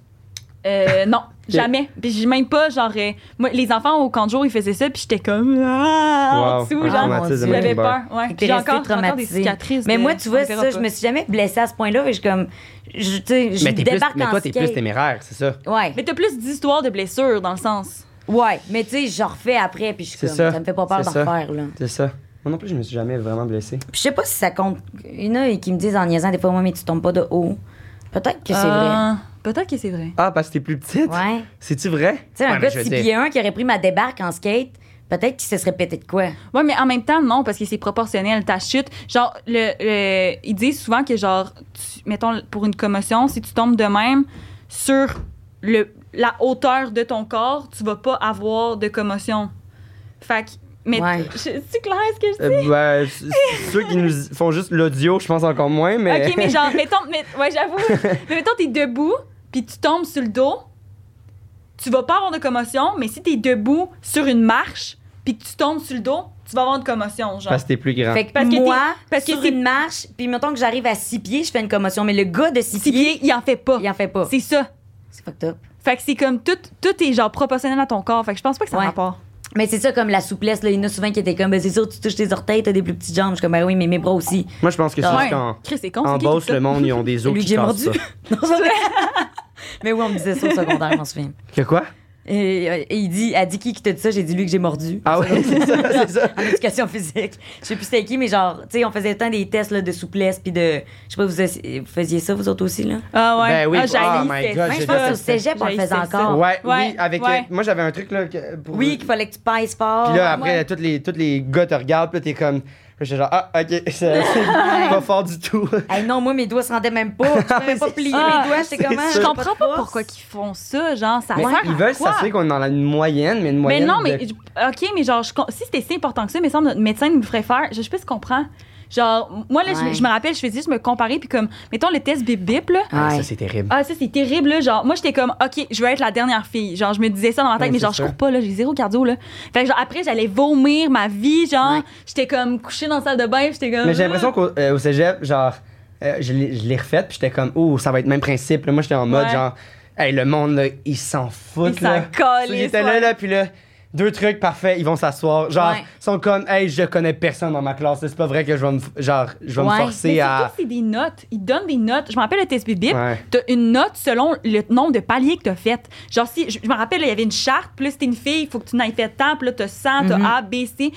S2: Euh, non, jamais. Puis j'ai même pas, genre, euh, moi, les enfants au camp de jour, ils faisaient ça, puis j'étais comme, ah, en
S1: Wow,
S2: dessous,
S1: un
S3: Ah,
S2: genre.
S3: mon
S1: traumatisme de
S3: Dieu.
S2: J'avais
S1: Monkey Bar.
S2: peur, ouais.
S3: Fait que
S2: J'ai
S3: T'es resté
S2: encore, j'ai encore des
S3: traumatisé.
S2: cicatrices.
S3: Mais
S2: de-
S3: moi, tu
S2: on
S3: vois,
S2: verra
S3: ça,
S2: pas.
S3: je me suis jamais blessée à ce point-là. mais Je, comme, je, tu sais, je
S1: Mais t'es plus.
S3: débarque
S1: Mais
S3: en
S1: toi, t'es plus
S3: skate.
S1: téméraire, c'est ça.
S3: Ouais,
S2: Mais t'as plus d'histoires de blessures, dans le sens.
S3: ouais. Mais tu sais, je refais après, puis je suis
S1: C'est
S3: comme,
S1: ça.
S3: ça. me fait pas peur
S1: C'est
S3: d'en
S1: ça.
S3: refaire, là.
S1: C'est ça. Moi non plus, je me suis jamais vraiment blessé.
S3: Puis je sais pas si ça compte. Il y en a qui me disent en niaisant des fois, moi, mais tu tombes pas de haut. Peut-être que c'est
S2: Euh, Peut-être que c'est vrai.
S1: Ah, parce que t'es plus petite?
S3: vrai. Ouais.
S1: C'est-tu vrai?
S3: Tu sais, un
S1: Ouais,
S3: gars
S1: mais
S3: de
S1: je veux
S3: 6
S1: dire-
S3: pieds 1 qui aurait pris ma débarque en skate, peut-être qu'il se serait pété de quoi.
S2: Ouais, mais en même temps, non, parce que c'est proportionnel. Ta chute, genre, le, le- ils disent souvent que, genre, tu- mettons, pour une commotion, si tu tombes de même sur le, la hauteur de ton corps, tu vas pas avoir de commotion. Fait que, mais
S3: Ouais.
S2: je- c'est clair ce que je dis?
S1: Euh, ben, c- c- ceux qui nous font juste l'audio, je pense encore moins, mais.
S2: Ok, mais genre, mettons, mais, ouais, j'avoue, mais mettons, t'es debout, puis tu tombes sur le dos, tu vas pas avoir de commotion, mais si t'es debout sur une marche, puis que tu tombes sur le dos, tu vas avoir une commotion, genre.
S1: Parce que t'es plus grand.
S3: Fait que
S2: Parce que
S3: moi,
S2: t'es- parce que
S3: sur
S2: c'est-
S3: une marche, puis mettons que j'arrive à 6 pieds, je fais une commotion. Mais le gars de 6
S2: Six
S3: pieds,
S2: pieds, il en fait pas.
S3: il en fait pas.
S2: C'est ça.
S3: C'est fucked up.
S2: Fait que c'est comme tout, tout est genre proportionnel à ton corps. Fait que je pense pas que ça a
S3: Ouais.
S2: rapport.
S3: Mais c'est ça, comme la souplesse, là, il y en a souvent qui étaient comme, ben, c'est sûr, tu touches tes orteils, t'as des plus petites jambes. Je suis comme, ben oui, mais mes bras aussi.
S1: Moi, je pense que c'est
S2: Ouais.
S1: juste qu'en
S2: Chris, c'est con.
S1: en
S2: c'est qui qui
S1: Beauce,
S2: dit ça?
S1: le monde, ils ont des os
S3: Lui
S1: qui
S3: que j'ai
S1: cassent
S3: mordu.
S1: ça.
S3: Non, c'est vrai. mais oui, on me disait ça au secondaire, je m'en souviens.
S1: Que quoi?
S3: Et, euh, et il dit, elle dit qui qui t'a dit ça, j'ai dit lui que j'ai mordu.
S1: Ah oui, c'est ça, c'est ça.
S3: En éducation physique. Je sais plus c'était qui, mais genre, tu sais, on faisait tant des tests là, de souplesse, puis de. Je sais pas, vous, a- vous faisiez ça, vous autres aussi, là?
S2: Ah ouais.
S1: Ben oui.
S2: Ah, j'haïssais
S1: Oh my God,
S2: ça.
S3: Moi,
S1: j'ai
S3: je pense
S1: fait
S3: que au
S1: ça.
S3: cégep, on le faisait
S2: J'haïssais ça.
S3: encore.
S1: Ouais,
S2: Ah, Ouais,
S1: oui, avec.
S2: ouais.
S1: euh, moi, j'avais un truc, là. que- pour-
S3: Oui, qu'il fallait que tu pèses fort.
S1: Puis là, après,
S2: Ah, ouais.
S1: tous les, tous les gars te regardent, puis là, t'es comme. Puis j'étais genre, ah, ok, c'est c'est pas fort du tout.
S3: Hey, non, moi, mes doigts se rendaient même pas. Je pouvais même pas plier
S2: Ah, ça.
S3: mes doigts, j'étais ah,
S1: C'est
S3: comment?
S1: ça.
S2: Je
S1: J'ai
S2: comprends pas pourquoi ils font ça. Genre, ça
S1: Mais
S2: sert
S1: ils
S2: à
S1: veulent
S2: quoi?
S1: s'assurer qu'on est dans la- une moyenne, mais une
S2: Mais
S1: moyenne.
S2: non, mais
S1: de-
S2: je- ok, mais genre, je con- si c'était si important que ça, mais semble notre médecin nous ferait faire. Je je sais pas si tu comprends. Genre, moi, là, je-
S3: Ouais.
S2: je, me rappelle, je faisais, je me comparais, puis comme, mettons le test bip bip, là.
S1: Ah,
S3: Ouais.
S1: ça, c'est terrible.
S2: Ah, ça, c'est terrible, là. Genre, moi, j'étais comme, OK, je veux être la dernière fille. Genre, je me disais ça dans ma tête,
S1: Ouais,
S2: mais
S1: c'est
S2: genre,
S1: ça.
S2: je cours pas, là. J'ai zéro cardio, là. Fait que, genre, après, j'allais vomir ma vie. Genre,
S3: Ouais.
S2: j'étais comme couchée dans la salle de bain, puis j'étais comme.
S3: Ah.
S1: Mais j'ai l'impression qu'au euh, au cégep, genre, euh, je l'ai je l'ai refaite, puis j'étais comme, oh, ça va être le même principe. Là, moi, j'étais en mode,
S2: Ouais.
S1: genre, hey, le monde, là, ils s'en foutent.
S2: Ils s'en
S1: là.
S2: collent,
S1: Ils étaient là,
S2: ouais.
S1: là, puis là, deux trucs parfaits, ils vont s'asseoir. Genre,
S3: Ouais.
S1: ils sont comme, hey, je connais personne dans ma classe, là, c'est pas vrai que je vais me, f- genre, je vais me
S3: Ouais.
S2: Mais
S1: forcer
S2: surtout
S1: à.
S2: que c'est des notes. Ils donnent des notes. Je me rappelle le test bip
S1: Ouais.
S2: T'as une note selon le nombre de paliers que t'as fait. Genre, si, je, je me rappelle, là, il y avait une charte. Plus t'es une fille, il faut que tu n'ailles fait tant. Puis là, t'as
S1: Mm-hmm.
S2: 100,
S3: Mhm.
S2: t'as A, B, C.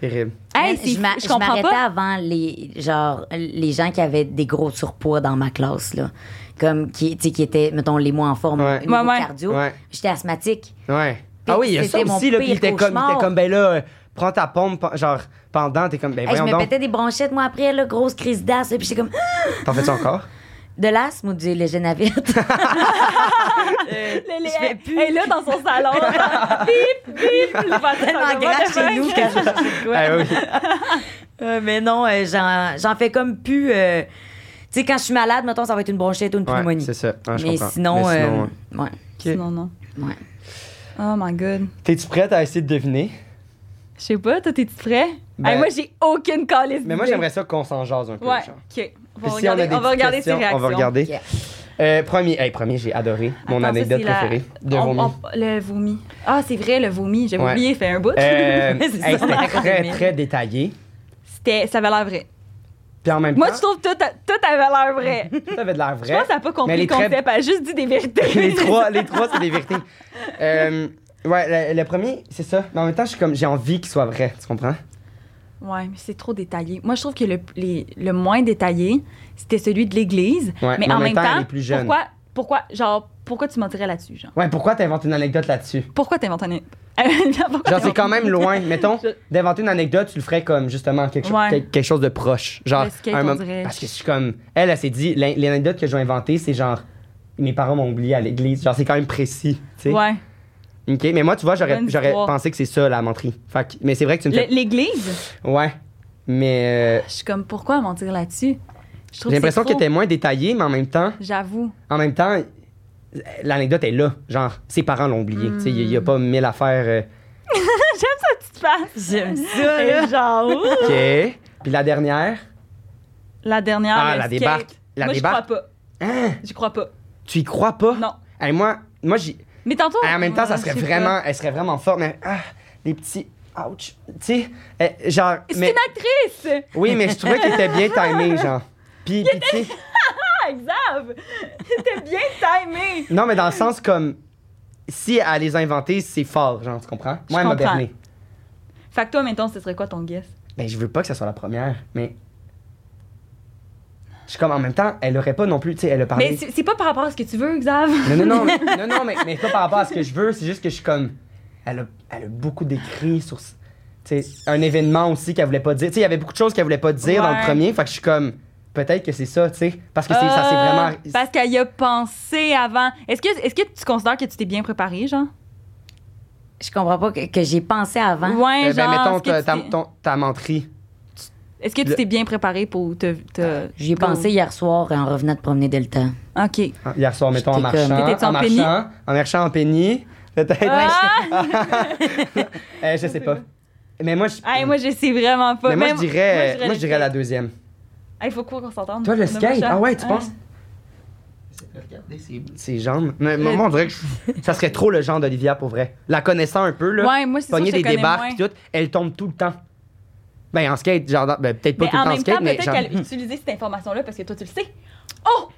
S1: Terrible.
S2: Hey,
S3: Man,
S2: c'est-
S3: m'a-
S2: je comprends
S3: m'arrêtais
S2: pas.
S3: avant les genre les gens qui avaient des gros surpoids dans ma classe là, comme qui tu sais, qui étaient mettons les moins en forme,
S1: Ouais.
S3: au niveau
S2: Ouais, ouais.
S3: cardio.
S1: Ouais.
S3: J'étais asthmatique.
S1: Ouais. Ah oui, il y a ça
S3: c'était mon
S1: aussi, là, puis
S3: pire
S1: il était comme, il
S3: cauchemar.
S1: était comme, ben là, euh, prends ta pompe, pen- genre, pendant, t'es comme, ben
S3: Hey, je
S1: voyons
S3: me
S1: donc.
S3: pétais des bronchettes moi après là, grosse crise d'asthme puis j'étais comme
S1: T'en fais-tu encore?
S3: de l'asthme ou du léger navette.
S2: Elle
S3: je fais plus.
S2: est là dans son salon. bip, bip. le bâtard,
S3: tellement
S2: what the
S3: grave chez nous
S2: fuck?
S3: quand je cherchais de
S1: Ah
S3: quoi.
S1: oui.
S3: Euh, mais non, euh, j'en j'en fais comme plus euh, tu sais quand je suis malade, mettons ça va être une bronchite ou une
S1: Ouais,
S3: pneumonie.
S1: c'est ça. Ouais, je
S3: mais,
S1: comprends.
S3: sinon,
S1: Mais sinon,
S3: euh, ouais.
S1: ouais. Ok.
S2: Sinon, non.
S3: ouais.
S2: Oh my god.
S1: T'es-tu prête à essayer de deviner?
S2: Je sais pas, toi, t'es-tu prêt?
S1: Ben-
S2: Hey, moi, j'ai aucune calice.
S1: Mais moi,
S2: d'idée.
S1: j'aimerais ça qu'on s'en jase un peu.
S2: Ouais,
S1: genre.
S2: ok. On va
S1: Puis si on a
S2: regarder,
S1: des
S2: on va
S1: petites
S2: regarder ses
S1: questions,
S2: réactions.
S1: On va regarder.
S3: Yeah.
S1: Euh, premier, hey, premier j'ai adoré. Mon
S2: Attends, ça,
S1: anecdote
S2: c'est la-
S1: préférée de
S2: on-
S1: vomi.
S2: on- le vomi. Ah, c'est vrai, le vomi. J'avais
S1: Ouais.
S2: oublié, fait un bout.
S1: Euh,
S3: C'est
S1: hey,
S3: ça, on
S1: C'était
S3: a
S1: très,
S3: compris.
S1: très détaillé.
S2: C'était, ça avait l'air vrai.
S1: Puis en même
S2: Moi,
S1: temps,
S2: je trouve que tout, a- tout avait l'air vrai.
S1: ça avait de l'air vrai.
S2: Je pense qu'elle n'a pas compris
S1: Mais
S2: le
S1: les très-
S2: concept. Elle a juste dit des vérités.
S1: les trois, les trois, c'est des vérités. Euh, ouais, le, le premier, c'est ça. Mais en même temps, je suis comme, j'ai envie qu'il soit vrai, tu comprends?
S2: Ouais, mais c'est trop détaillé. Moi, je trouve que le, les- le moins détaillé, c'était celui de l'Église.
S1: Ouais,
S2: mais, en même temps,
S1: elle est plus jeune.
S2: pourquoi, pourquoi, genre, pourquoi tu mentirais là-dessus, genre?
S1: Ouais, pourquoi t'inventes une anecdote là-dessus?
S2: Pourquoi t'inventes un... Pourquoi
S1: Genre, c'est
S2: t'inventes-
S1: quand même loin. Mettons,
S2: Je-
S1: d'inventer une anecdote, tu le ferais comme, justement, quelque, chose-
S2: Ouais.
S1: quel- quelque chose de proche. Genre,
S2: Le skate,
S1: un
S2: on
S1: moment-
S2: dirait.
S1: Parce que je suis comme, elle, elle s'est dit, l'an- l'anecdote que je vais inventer, c'est genre, mes parents m'ont oublié à l'église. Genre, c'est quand même précis, tu sais.
S2: Ouais.
S1: OK, mais moi, tu vois, j'aurais,
S2: Bonne
S1: j'aurais
S2: histoire.
S1: pensé que c'est ça, la menterie. Fait que- mais c'est vrai que tu me
S2: Le-
S1: fais.
S2: L'Église,
S1: Ouais. Mais euh,
S2: je suis comme, pourquoi mentir là-dessus? Je trouve
S1: j'ai l'impression
S2: c'est trop-
S1: qu'elle était moins détaillée, mais en même temps.
S2: J'avoue.
S1: en même temps, l'anecdote est là. Genre, ses parents l'ont oublié.
S2: Mm.
S1: Tu sais, Il n'y a pas mille affaires.
S2: Petite face.
S3: J'aime ça,
S2: Et
S3: là.
S2: genre, ouh.
S1: euh, OK. Puis la dernière,
S2: La dernière,
S1: Ah,
S2: le
S1: la
S2: skate.
S1: débarque. La
S2: Moi, je
S1: débarque.
S2: crois pas.
S1: Hein?
S2: Je crois pas.
S1: tu y crois pas?
S2: Non.
S1: Hey, moi, moi j'y...
S2: Mais tantôt...
S1: Hey, Ah, en même temps, ça
S2: Oh, Ouais,
S1: serait
S2: je sais
S1: vraiment...
S2: pas.
S1: Elle serait vraiment forte, mais... Ah, les petits... Ouch. Tu sais, euh, genre...
S2: C'est
S1: Mais...
S2: une actrice!
S1: Oui, mais je trouvais qu'il était bien timé, genre. Puis, puis tu sais...
S2: Ah, Xav! C'était bien timé!
S1: Non, mais dans le sens comme... Si elle les a inventés, c'est fort, genre, tu comprends?
S2: Je
S1: Moi, elle m'a
S2: comprends.
S1: berné.
S2: Fait que toi, mettons, ce serait quoi ton guess?
S1: Ben, je veux pas que ça soit la première, mais... Je suis comme, en même temps, elle aurait pas non plus, tu sais, elle a parlé...
S2: Mais c'est c'est pas par rapport à ce que tu veux, Xav.
S1: Ah, Non, non, non, mais- non, non, mais, mais pas par rapport à ce que je veux, c'est juste que je suis comme. Elle a, elle a beaucoup d'écrits sur. ce- Tu sais, un événement aussi qu'elle voulait pas dire. Tu sais, il y avait beaucoup de choses qu'elle voulait pas dire dans le
S2: Ouais.
S1: premier, fait que je suis comme. Peut-être que c'est ça, tu sais. Parce que c'est ça, c'est vraiment.
S2: Euh, Parce qu'elle y a pensé avant. Est-ce que, est que tu considères que tu t'es bien préparé, genre?
S3: Je comprends pas que, que j'ai pensé avant.
S2: Ouais,
S1: Euh, ben,
S2: genre.
S1: mettons,
S2: est-ce que
S1: ta,
S2: tu
S1: ta-
S2: t'es-
S1: ton- ta menterie.
S2: Est-ce que tu
S1: le-
S2: t'es bien préparé pour te. te-
S3: J'y ai
S2: pour-
S3: pensé hier soir en revenant de promener Delta.
S2: OK.
S1: hein, Hier soir, mettons, en
S3: J'étais comme-
S1: marchant.
S2: T'étais-tu
S1: en
S2: en pénis?
S1: marchant. En marchant en pénis. Peut-être.
S2: Ah!
S1: Euh, je sais pas. Mais moi, je.
S2: Hey, moi, je sais vraiment pas.
S1: Mm. mais moi,
S2: Même-
S1: je dirais, moi,
S2: le
S1: je dirais la
S2: skate.
S1: deuxième.
S2: Hey, faut quoi qu'on s'entende?
S1: Toi, le
S2: Le
S1: skate?
S2: machin.
S1: Ah ouais, tu penses?
S2: Ouais.
S1: Regardez ses- ses jambes. Mais moi,
S2: Le-
S1: on dirait que je- ça serait trop le genre d'Olivia pour vrai. La connaissant un peu, là,
S2: Ouais, moi, c'est sûr que
S1: pogner
S2: je
S1: des
S2: te connais
S1: débarques
S2: moins.
S1: pis tout, elle tombe tout le temps. Ben en skate, genre, dans- ben, peut-être pas
S2: Mais
S1: tout le
S2: en
S1: temps en
S2: même
S1: skate,
S2: temps,
S1: mais
S2: peut-être
S1: genre,
S2: qu'elle a utilisé cette information-là parce que toi, tu le sais. Oh!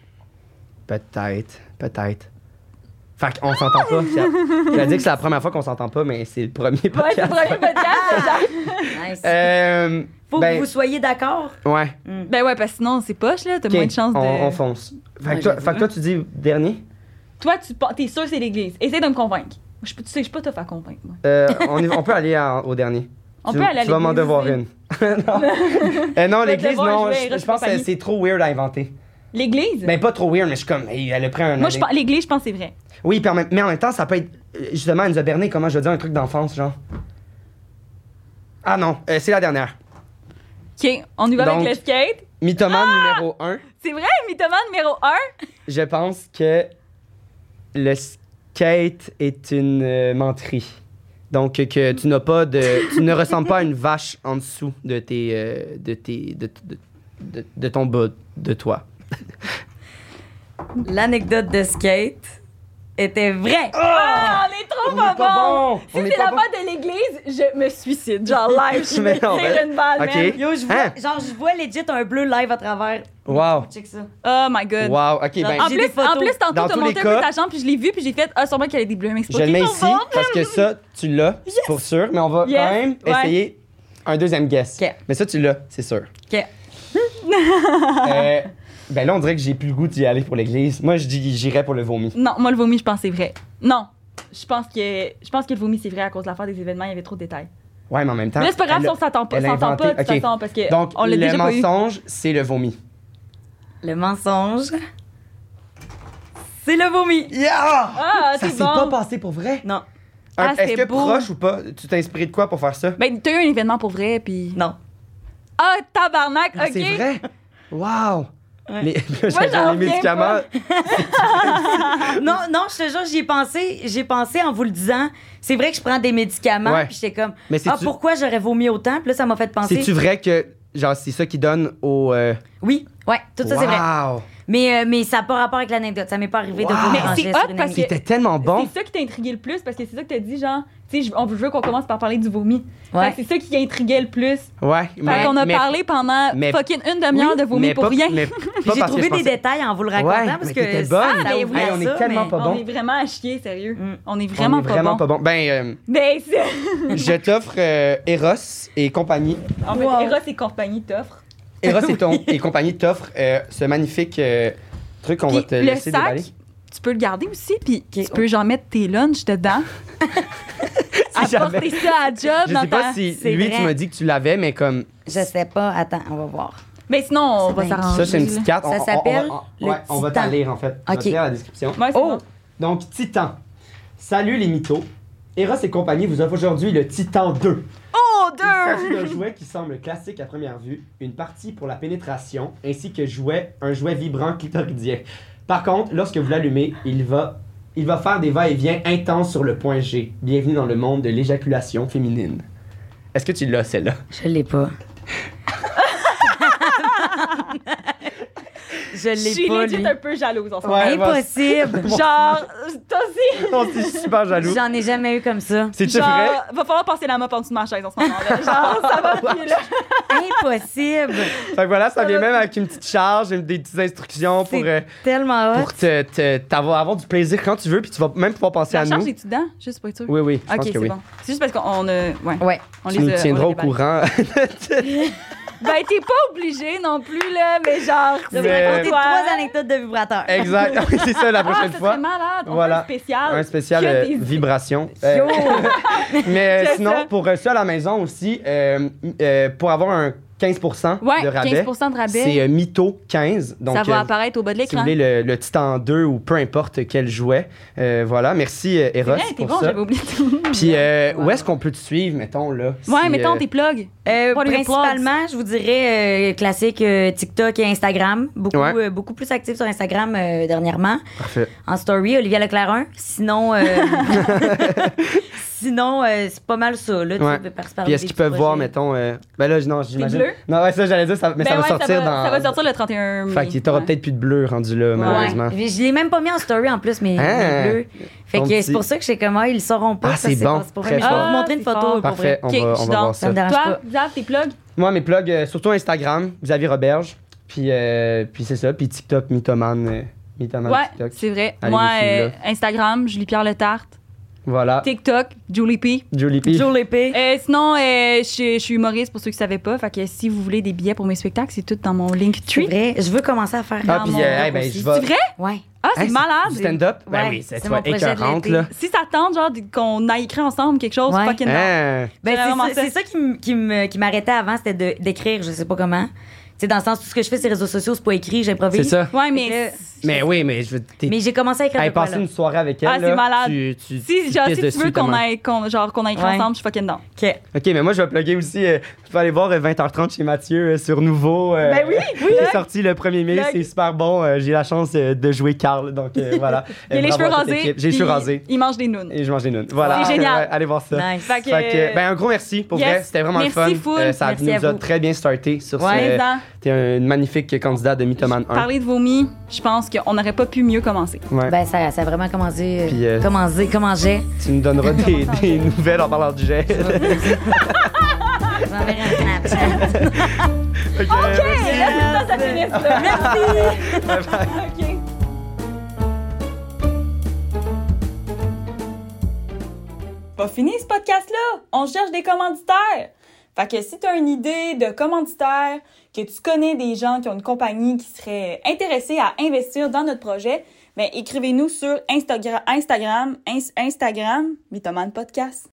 S1: peut-être, peut-être. Fait qu'on s'entend pas. Fia. Je vais dire que c'est la première fois qu'on s'entend pas, mais c'est le premier
S2: Ouais, c'est le
S1: podcast.
S2: premier podcast. genre.
S3: Nice.
S1: Euh,
S3: Faut
S1: ben,
S3: que vous soyez d'accord.
S1: ouais.
S2: Ben ouais, parce que sinon, c'est poche, là. T'as
S1: Ok,
S2: moins de chances de.
S1: on, on fonce. Fait
S3: Ouais,
S1: que, toi,
S3: j'avoue.
S1: fait que toi, tu dis dernier.
S2: Toi, tu pen- t'es sûr que c'est l'église. Essaye de me convaincre. Je, peux- tu sais que je peux pas te faire convaincre, moi.
S1: Euh, on, y- on peut aller à- au dernier.
S2: On
S1: tu,
S2: peut aller à
S1: Tu vas m'en
S2: l'église
S1: devoir
S2: aussi.
S1: une. non, Euh, non
S2: Je vais
S1: l'église,
S2: devoir
S1: non.
S2: jouer à
S1: Je,
S2: Eros
S1: je pense que
S2: Compagnie.
S1: c'est trop weird à inventer.
S2: L'église?
S1: Ben, pas trop weird, mais je suis comme, hey, elle a pris un.
S2: moi, je
S1: année.
S2: pense- l'église, je pense que c'est vrai.
S1: Oui, puis en même- mais en même temps, ça peut être. euh, Justement, elle nous a berné, comment je veux dire, un truc d'enfance, genre. Ah non, euh, c'est la dernière.
S2: OK, on y va
S1: Donc-
S2: avec le skate.
S1: Mythomane
S2: Ah!
S1: numéro 1.
S2: C'est vrai, mythomane numéro 1.
S1: Je pense que le skate est une euh, menterie. Donc, euh, que tu n'as pas de. tu ne ressembles pas à une vache en dessous de tes. euh, de tes. de, de, de- de ton bas de toi.
S3: L'anecdote de skate était vraie.
S1: Oh!
S2: Ah, on est trop
S1: On
S2: pas,
S1: est pas bon.
S2: bon.
S1: On est
S2: Si c'est
S1: pas
S2: la
S1: bon.
S2: part de l'église, je me suicide. Genre live, je me
S1: Mais non,
S2: tire
S1: ben-
S2: une balle,
S1: Ok.
S2: man.
S3: Yo, je vois,
S1: Hein?
S3: genre, je vois legit un bleu live à travers.
S1: Wow.
S3: Check ça.
S2: Oh my God.
S1: Wow, ok, ben.
S2: En
S3: J'ai
S2: plus,
S3: des photos.
S2: en plus,
S1: Dans
S2: tantôt, t'as
S1: tous les
S2: monté un
S1: cas-
S2: peu ta jambe, puis je l'ai vu, puis j'ai fait « Ah, sûrement qu'elle a des bleus, mais c'est
S1: Je
S2: pas
S1: le mets
S2: tout
S1: ici parce que ça, tu l'as pour sûr, mais on va
S2: Yes,
S1: quand même
S2: ouais.
S1: essayer un deuxième guess.
S3: Ok.
S1: Mais ça, tu l'as, c'est sûr.
S3: OK.
S1: Euh, ben là, on dirait que j'ai plus le goût d'y aller pour l'église. Moi, je dis j'irais pour le vomi.
S2: Non, moi, le vomi, je pense que c'est vrai. Non, je pense que je pense que le vomi, c'est vrai à cause de l'affaire des événements, il y avait trop de détails.
S1: Ouais, mais en même temps.
S2: Mais là, c'est pas grave
S1: elle
S2: si
S1: a-
S2: on s'entend pas,
S1: elle a
S2: s'entend pas de
S1: inventé-
S2: toute façon, parce que
S1: Donc,
S2: on l'a
S1: le
S2: déjà pas eu.
S1: mensonge, c'est le vomi.
S3: Le mensonge, c'est le vomi.
S1: Yeah!
S2: Ah,
S1: ça
S2: c'est
S1: s'est pas
S2: bon.
S1: passé pour vrai?
S3: Non,
S2: Ah,
S1: Un- Est-ce
S2: c'était
S1: que
S2: beau.
S1: proche ou pas? Tu t'es inspiré de quoi pour faire ça?
S2: Ben, t'as eu un événement pour vrai, puis...
S3: non.
S2: Ah, tabarnak,
S1: Ah,
S2: OK.
S1: C'est vrai? Wow!
S3: Ouais.
S1: Les,
S2: j'en reviens
S1: les médicaments.
S2: pas.
S3: Non, non, je te jure, j'y ai pensé, j'ai pensé en vous le disant. C'est vrai que je prends des médicaments,
S1: Ouais.
S3: puis j'étais comme,
S1: Mais c'est
S3: ah, pourquoi j'aurais vomi autant? Puis là, ça m'a fait penser.
S1: C'est-tu vrai que genre c'est ça qui donne au euh,
S3: Oui, Ouais, tout ça, c'est vrai.
S1: Wow.
S3: Mais, euh, mais ça n'a pas rapport avec l'anecdote. Ça m'est pas arrivé de
S1: Wow.
S3: vous
S1: Mais
S3: brancher
S2: c'est
S3: sur
S2: hot
S3: une
S2: parce que-
S3: anecdote.
S1: C'était tellement bon.
S2: C'est ça qui t'a intrigué le plus parce que c'est ça que t'as dit, genre, tu sais, je- on veut qu'on commence par parler du vomi.
S3: Ouais.
S2: Fait que C'est ça qui intriguait le plus.
S1: Ouais.
S2: Fait qu'on a
S1: mais-
S2: parlé pendant
S1: mais-
S2: fucking une demi-heure
S1: oui,
S2: de vomi
S1: mais
S2: pour
S1: pas-
S2: rien.
S1: mais
S3: Puis
S1: pas parce
S3: J'ai
S1: que
S3: trouvé
S1: je
S3: des
S1: pensais-
S3: détails en vous le racontant
S1: Ouais,
S3: parce
S1: mais
S3: que
S1: t'étais bonne.
S3: ça,
S2: Ah,
S3: ça
S2: mais
S3: ouvre à
S2: oui,
S1: on est
S3: ça,
S1: tellement
S3: mais-
S1: pas-
S2: On
S1: bon.
S2: est vraiment à chier, sérieux.
S3: Mm.
S2: On est
S1: On
S2: vraiment
S1: est
S2: pas
S1: vraiment
S2: bon.
S1: pas bon. Ben, euh,
S2: Ben, c'est-
S1: je t'offre euh, Eros et compagnie.
S2: en fait,
S3: Wow.
S2: Eros et compagnie t'offrent.
S1: Eros et, ton, et compagnie t'offre euh, ce magnifique euh, truc qu'on va
S2: Puis
S1: te
S2: le
S1: laisser
S2: sac,
S1: déballer.
S2: tu peux le garder aussi, puis
S3: Ok.
S2: tu peux genre mettre tes lunchs dedans. Apporter ça à job
S1: Je
S2: dans
S1: sais pas
S2: ta-
S1: si
S3: c'est
S1: lui,
S3: vrai.
S1: tu m'as dit que tu l'avais, mais comme
S3: Je sais pas. Attends, on va voir.
S2: Mais sinon, on
S3: C'est
S2: va
S3: dingue.
S2: s'arranger.
S1: ça, c'est une petite
S2: là.
S1: carte.
S3: Ça
S1: On- on- on va-
S3: s'appelle
S1: on-
S3: le
S1: ouais, on va
S3: Titan.
S1: t'en lire, en fait. On va te
S3: Ok.
S1: lire la description.
S2: Ouais, c'est
S3: Oh!
S2: bon.
S1: Donc, Titan. Salut les mythos. Eros et compagnie vous offre aujourd'hui le Titan 2.
S2: Oh,
S1: Il s'agit
S2: deux!
S1: d'un jouet qui semble classique à première vue, une partie pour la pénétration, ainsi que jouet, un jouet vibrant clitoridien. Par contre, lorsque vous l'allumez, il va, il va faire des va-et-vient intenses sur le point G. Bienvenue dans le monde de l'éjaculation féminine. Est-ce que tu l'as, celle-là?
S3: Je l'ai pas. je
S2: Je
S3: l'ai
S2: suis
S3: pas,
S2: legit
S3: lui.
S2: un peu jalouse en ce
S1: Ouais, bah,
S3: Impossible.
S2: moment. Genre, toi aussi.
S1: Non, c'est super jaloux.
S3: J'en ai jamais eu comme ça.
S1: C'est-tu
S2: Genre,
S1: vrai?
S2: va falloir passer la mop en dessous de ma chaise en ce moment-là. Genre, ça va plus, là.
S3: Impossible.
S1: Fait que voilà, ça
S2: euh,
S1: vient même avec une petite charge, une- des petites instructions pour,
S3: C'est
S1: euh,
S3: Tellement hot.
S1: pour te, te- t'avoir, avoir du plaisir quand tu veux, puis tu vas même pouvoir penser
S2: La
S1: à
S2: charge
S1: nous.
S2: est-tu dedans? Juste pour être sûr.
S1: Oui, oui, je
S2: Ok,
S1: pense que
S2: c'est
S1: oui.
S2: bon. C'est juste parce qu'on a. Ouais.
S3: Ouais.
S2: On
S1: Tu nous
S2: a-
S1: tiendras
S2: on
S1: au
S2: les déballe.
S1: courant.
S2: Ben, t'es pas obligé non plus, là, mais genre,
S3: Je
S1: Mais-
S3: vais raconter
S2: Toi-
S3: trois anecdotes de vibrateurs.
S1: exact. Oui, c'est ça la
S2: Ah, ça
S1: prochaine
S2: serait
S1: fois.
S2: malade. On
S1: Voilà.
S2: fait un spécial.
S1: Un spécial
S2: Que
S1: euh,
S2: des-
S1: vibration. Euh, mais
S2: C'est ça.
S1: sinon, pour euh, ceux à la maison aussi, euh, euh, pour avoir un 15%
S2: Ouais,
S1: de rabais,
S2: 15 de rabais.
S1: c'est euh, Mytho 15. Donc,
S2: ça va
S1: euh,
S2: apparaître au bas de
S1: si vous
S2: l'écran.
S1: voulez le, le Titan 2 ou peu importe quel jouet, euh, voilà. Merci euh, Eros
S2: Ouais, t'es
S1: pour
S2: bon,
S1: ça.
S2: j'avais oublié tout.
S1: Puis euh, où
S3: Wow.
S1: est-ce qu'on peut te suivre, mettons, là?
S2: Ouais,
S1: si,
S2: mettons
S1: euh,
S2: tes plugs.
S3: Euh,
S2: What are your
S3: principalement, je vous dirais euh, classique euh, TikTok et Instagram. Beaucoup,
S1: Ouais.
S3: euh, beaucoup plus active sur Instagram euh, dernièrement.
S1: Parfait.
S3: En story, Olivia Leclarin. Sinon, euh, sinon euh, c'est pas mal ça. Là, tu
S1: Ouais.
S3: peux participer à
S1: Puis est-ce
S3: des
S1: qu'ils
S3: petits
S1: peuvent voir,
S3: projets.
S1: mettons. euh, Ben là, non, j'imagine.
S2: bleu?
S1: Non, ouais, ça, j'allais dire, ça, mais ça
S2: Ben
S1: va
S2: ouais,
S1: sortir dans.
S2: Ça va sortir le 31 mai.
S1: Fait qu'il t'aura
S2: Ouais.
S1: peut-être plus de bleu rendu là, malheureusement.
S3: Ouais. Je l'ai même pas mis en story en plus, mais
S1: Hein?
S3: mais bleu. Fait
S1: Ton
S3: que c'est
S1: petit.
S3: pour ça que je sais comment ils le sauront pas.
S1: Ah,
S3: ça,
S1: c'est bon.
S3: pas- pour
S1: Très
S3: vrai, mais je vais
S2: fort.
S3: vous montrer une
S2: Ah,
S3: photo
S2: c'est
S3: pour
S2: fort.
S1: Parfait,
S3: vrai.
S1: on
S2: Ok,
S1: va,
S2: je
S1: on
S2: suis
S1: va
S2: dans.
S1: voir
S3: Ça
S1: ça.
S3: me dérange
S2: Toi,
S3: pas.
S2: Xav, tes plugs.
S1: Moi, mes plugs, euh, surtout Instagram, Xavier Roberge. Puis, euh, puis c'est ça. Puis TikTok, Mythoman. euh, Mythoman
S2: Ouais,
S1: TikTok.
S2: c'est vrai.
S1: Allez
S2: Moi,
S1: nous suivre,
S2: euh, Instagram, Julie-Pierre Letarte.
S1: Voilà.
S2: TikTok, Julie P.
S1: Julie P.
S3: Joe l'épée.
S2: Euh, sinon, euh, je je suis humoriste pour ceux qui ne savaient pas. Fait que si vous voulez des billets pour mes spectacles, c'est tout dans mon
S3: C'est
S2: Linktree.
S3: vrai, je veux commencer à faire.
S1: Ah,
S2: dans
S1: puis,
S2: mon
S1: euh,
S2: blog
S1: hey, ben,
S3: aussi.
S1: je
S2: C'est
S1: vais.
S2: vrai?
S3: Ouais.
S2: Ah,
S1: Hein,
S2: c'est malade!
S1: du Stand-up? Ben
S3: Ouais,
S1: oui, c'est
S3: c'est
S1: toi,
S3: mon projet de
S1: écœurante,
S3: l'été.
S1: là.
S2: Si ça tente, genre, qu'on a écrit ensemble quelque chose,
S3: Ouais.
S2: fucking non.
S1: Hein?
S3: Ben,
S2: C'est vraiment
S3: c'est ça,
S2: ça.
S3: c'est ça qui m- qui me- qui m'arrêtait avant, c'était de- d'écrire, je sais pas comment. Tu sais, dans le sens, tout ce que je fais, c'est réseaux sociaux, c'est pas écrit,
S1: C'est
S3: j'improvise.
S1: ça.
S2: Ouais, mais
S3: Fait
S1: Mais oui, mais je veux. t'es-
S3: Mais j'ai commencé à écrire
S1: Hey,
S3: de quoi,
S1: passer
S3: là.
S1: une soirée avec elle.
S2: Ah, c'est
S1: là,
S2: malade.
S1: Tu, tu,
S2: si, genre,
S1: pisses
S2: si tu veux
S1: dessus, Eh,
S2: qu'on
S1: tellement.
S2: ait, qu'on- genre, qu'on ait écrit
S3: Ouais.
S2: ensemble, je suis fucking down.
S3: OK.
S1: Ok, mais moi, je vais plugger aussi. euh, tu peux aller voir euh, 20h30 chez Mathieu euh, sur Nouveau. euh,
S2: Ben oui, oui.
S1: Qui est sorti le 1er mai.
S2: Plug.
S1: C'est super bon. euh, J'ai la chance euh, de jouer Carl. Donc euh, voilà.
S2: Il a
S1: Euh,
S2: les
S1: bravo
S2: cheveux
S1: à toute
S2: rasés.
S1: l'équipe. J'ai les cheveux
S2: puis
S1: rasés.
S2: Il mange des nounes.
S1: Et je mange des nounes. Voilà.
S2: C'est génial.
S1: Ouais, allez voir ça.
S3: Nice.
S2: Fait que-
S1: Fait que, ben, un gros merci pour
S2: Yes.
S1: vrai. C'était vraiment
S2: Merci,
S1: le fun. Euh,
S2: full.
S1: ça
S3: Merci
S1: nous
S3: à
S1: a
S3: vous.
S1: très bien starté sur ce.
S3: Ouais.
S2: Présent.
S1: T'es un magnifique candidat de Mythoman 1.
S2: Parler de vomi, je pense qu'on n'aurait pas pu mieux commencer.
S1: Ouais.
S3: Ben, ça, ça a vraiment commencé.
S1: Puis, euh,
S3: euh, Commencé, comment j'ai.
S1: tu nous donneras des, des nouvelles en parlant du gel.
S3: Je m'enverrai un Snapchat.
S1: Ok, merci.
S2: Ça, ça finit, là.
S1: Bye bye.
S2: OK. Pas fini ce podcast-là! On cherche des commanditaires! Fait que si t'as une idée de commanditaire, que tu connais des gens qui ont une compagnie qui serait intéressée à investir dans notre projet, ben écrivez-nous sur Instagra- Instagram, Instagram, Instagram, Mythoman Podcast.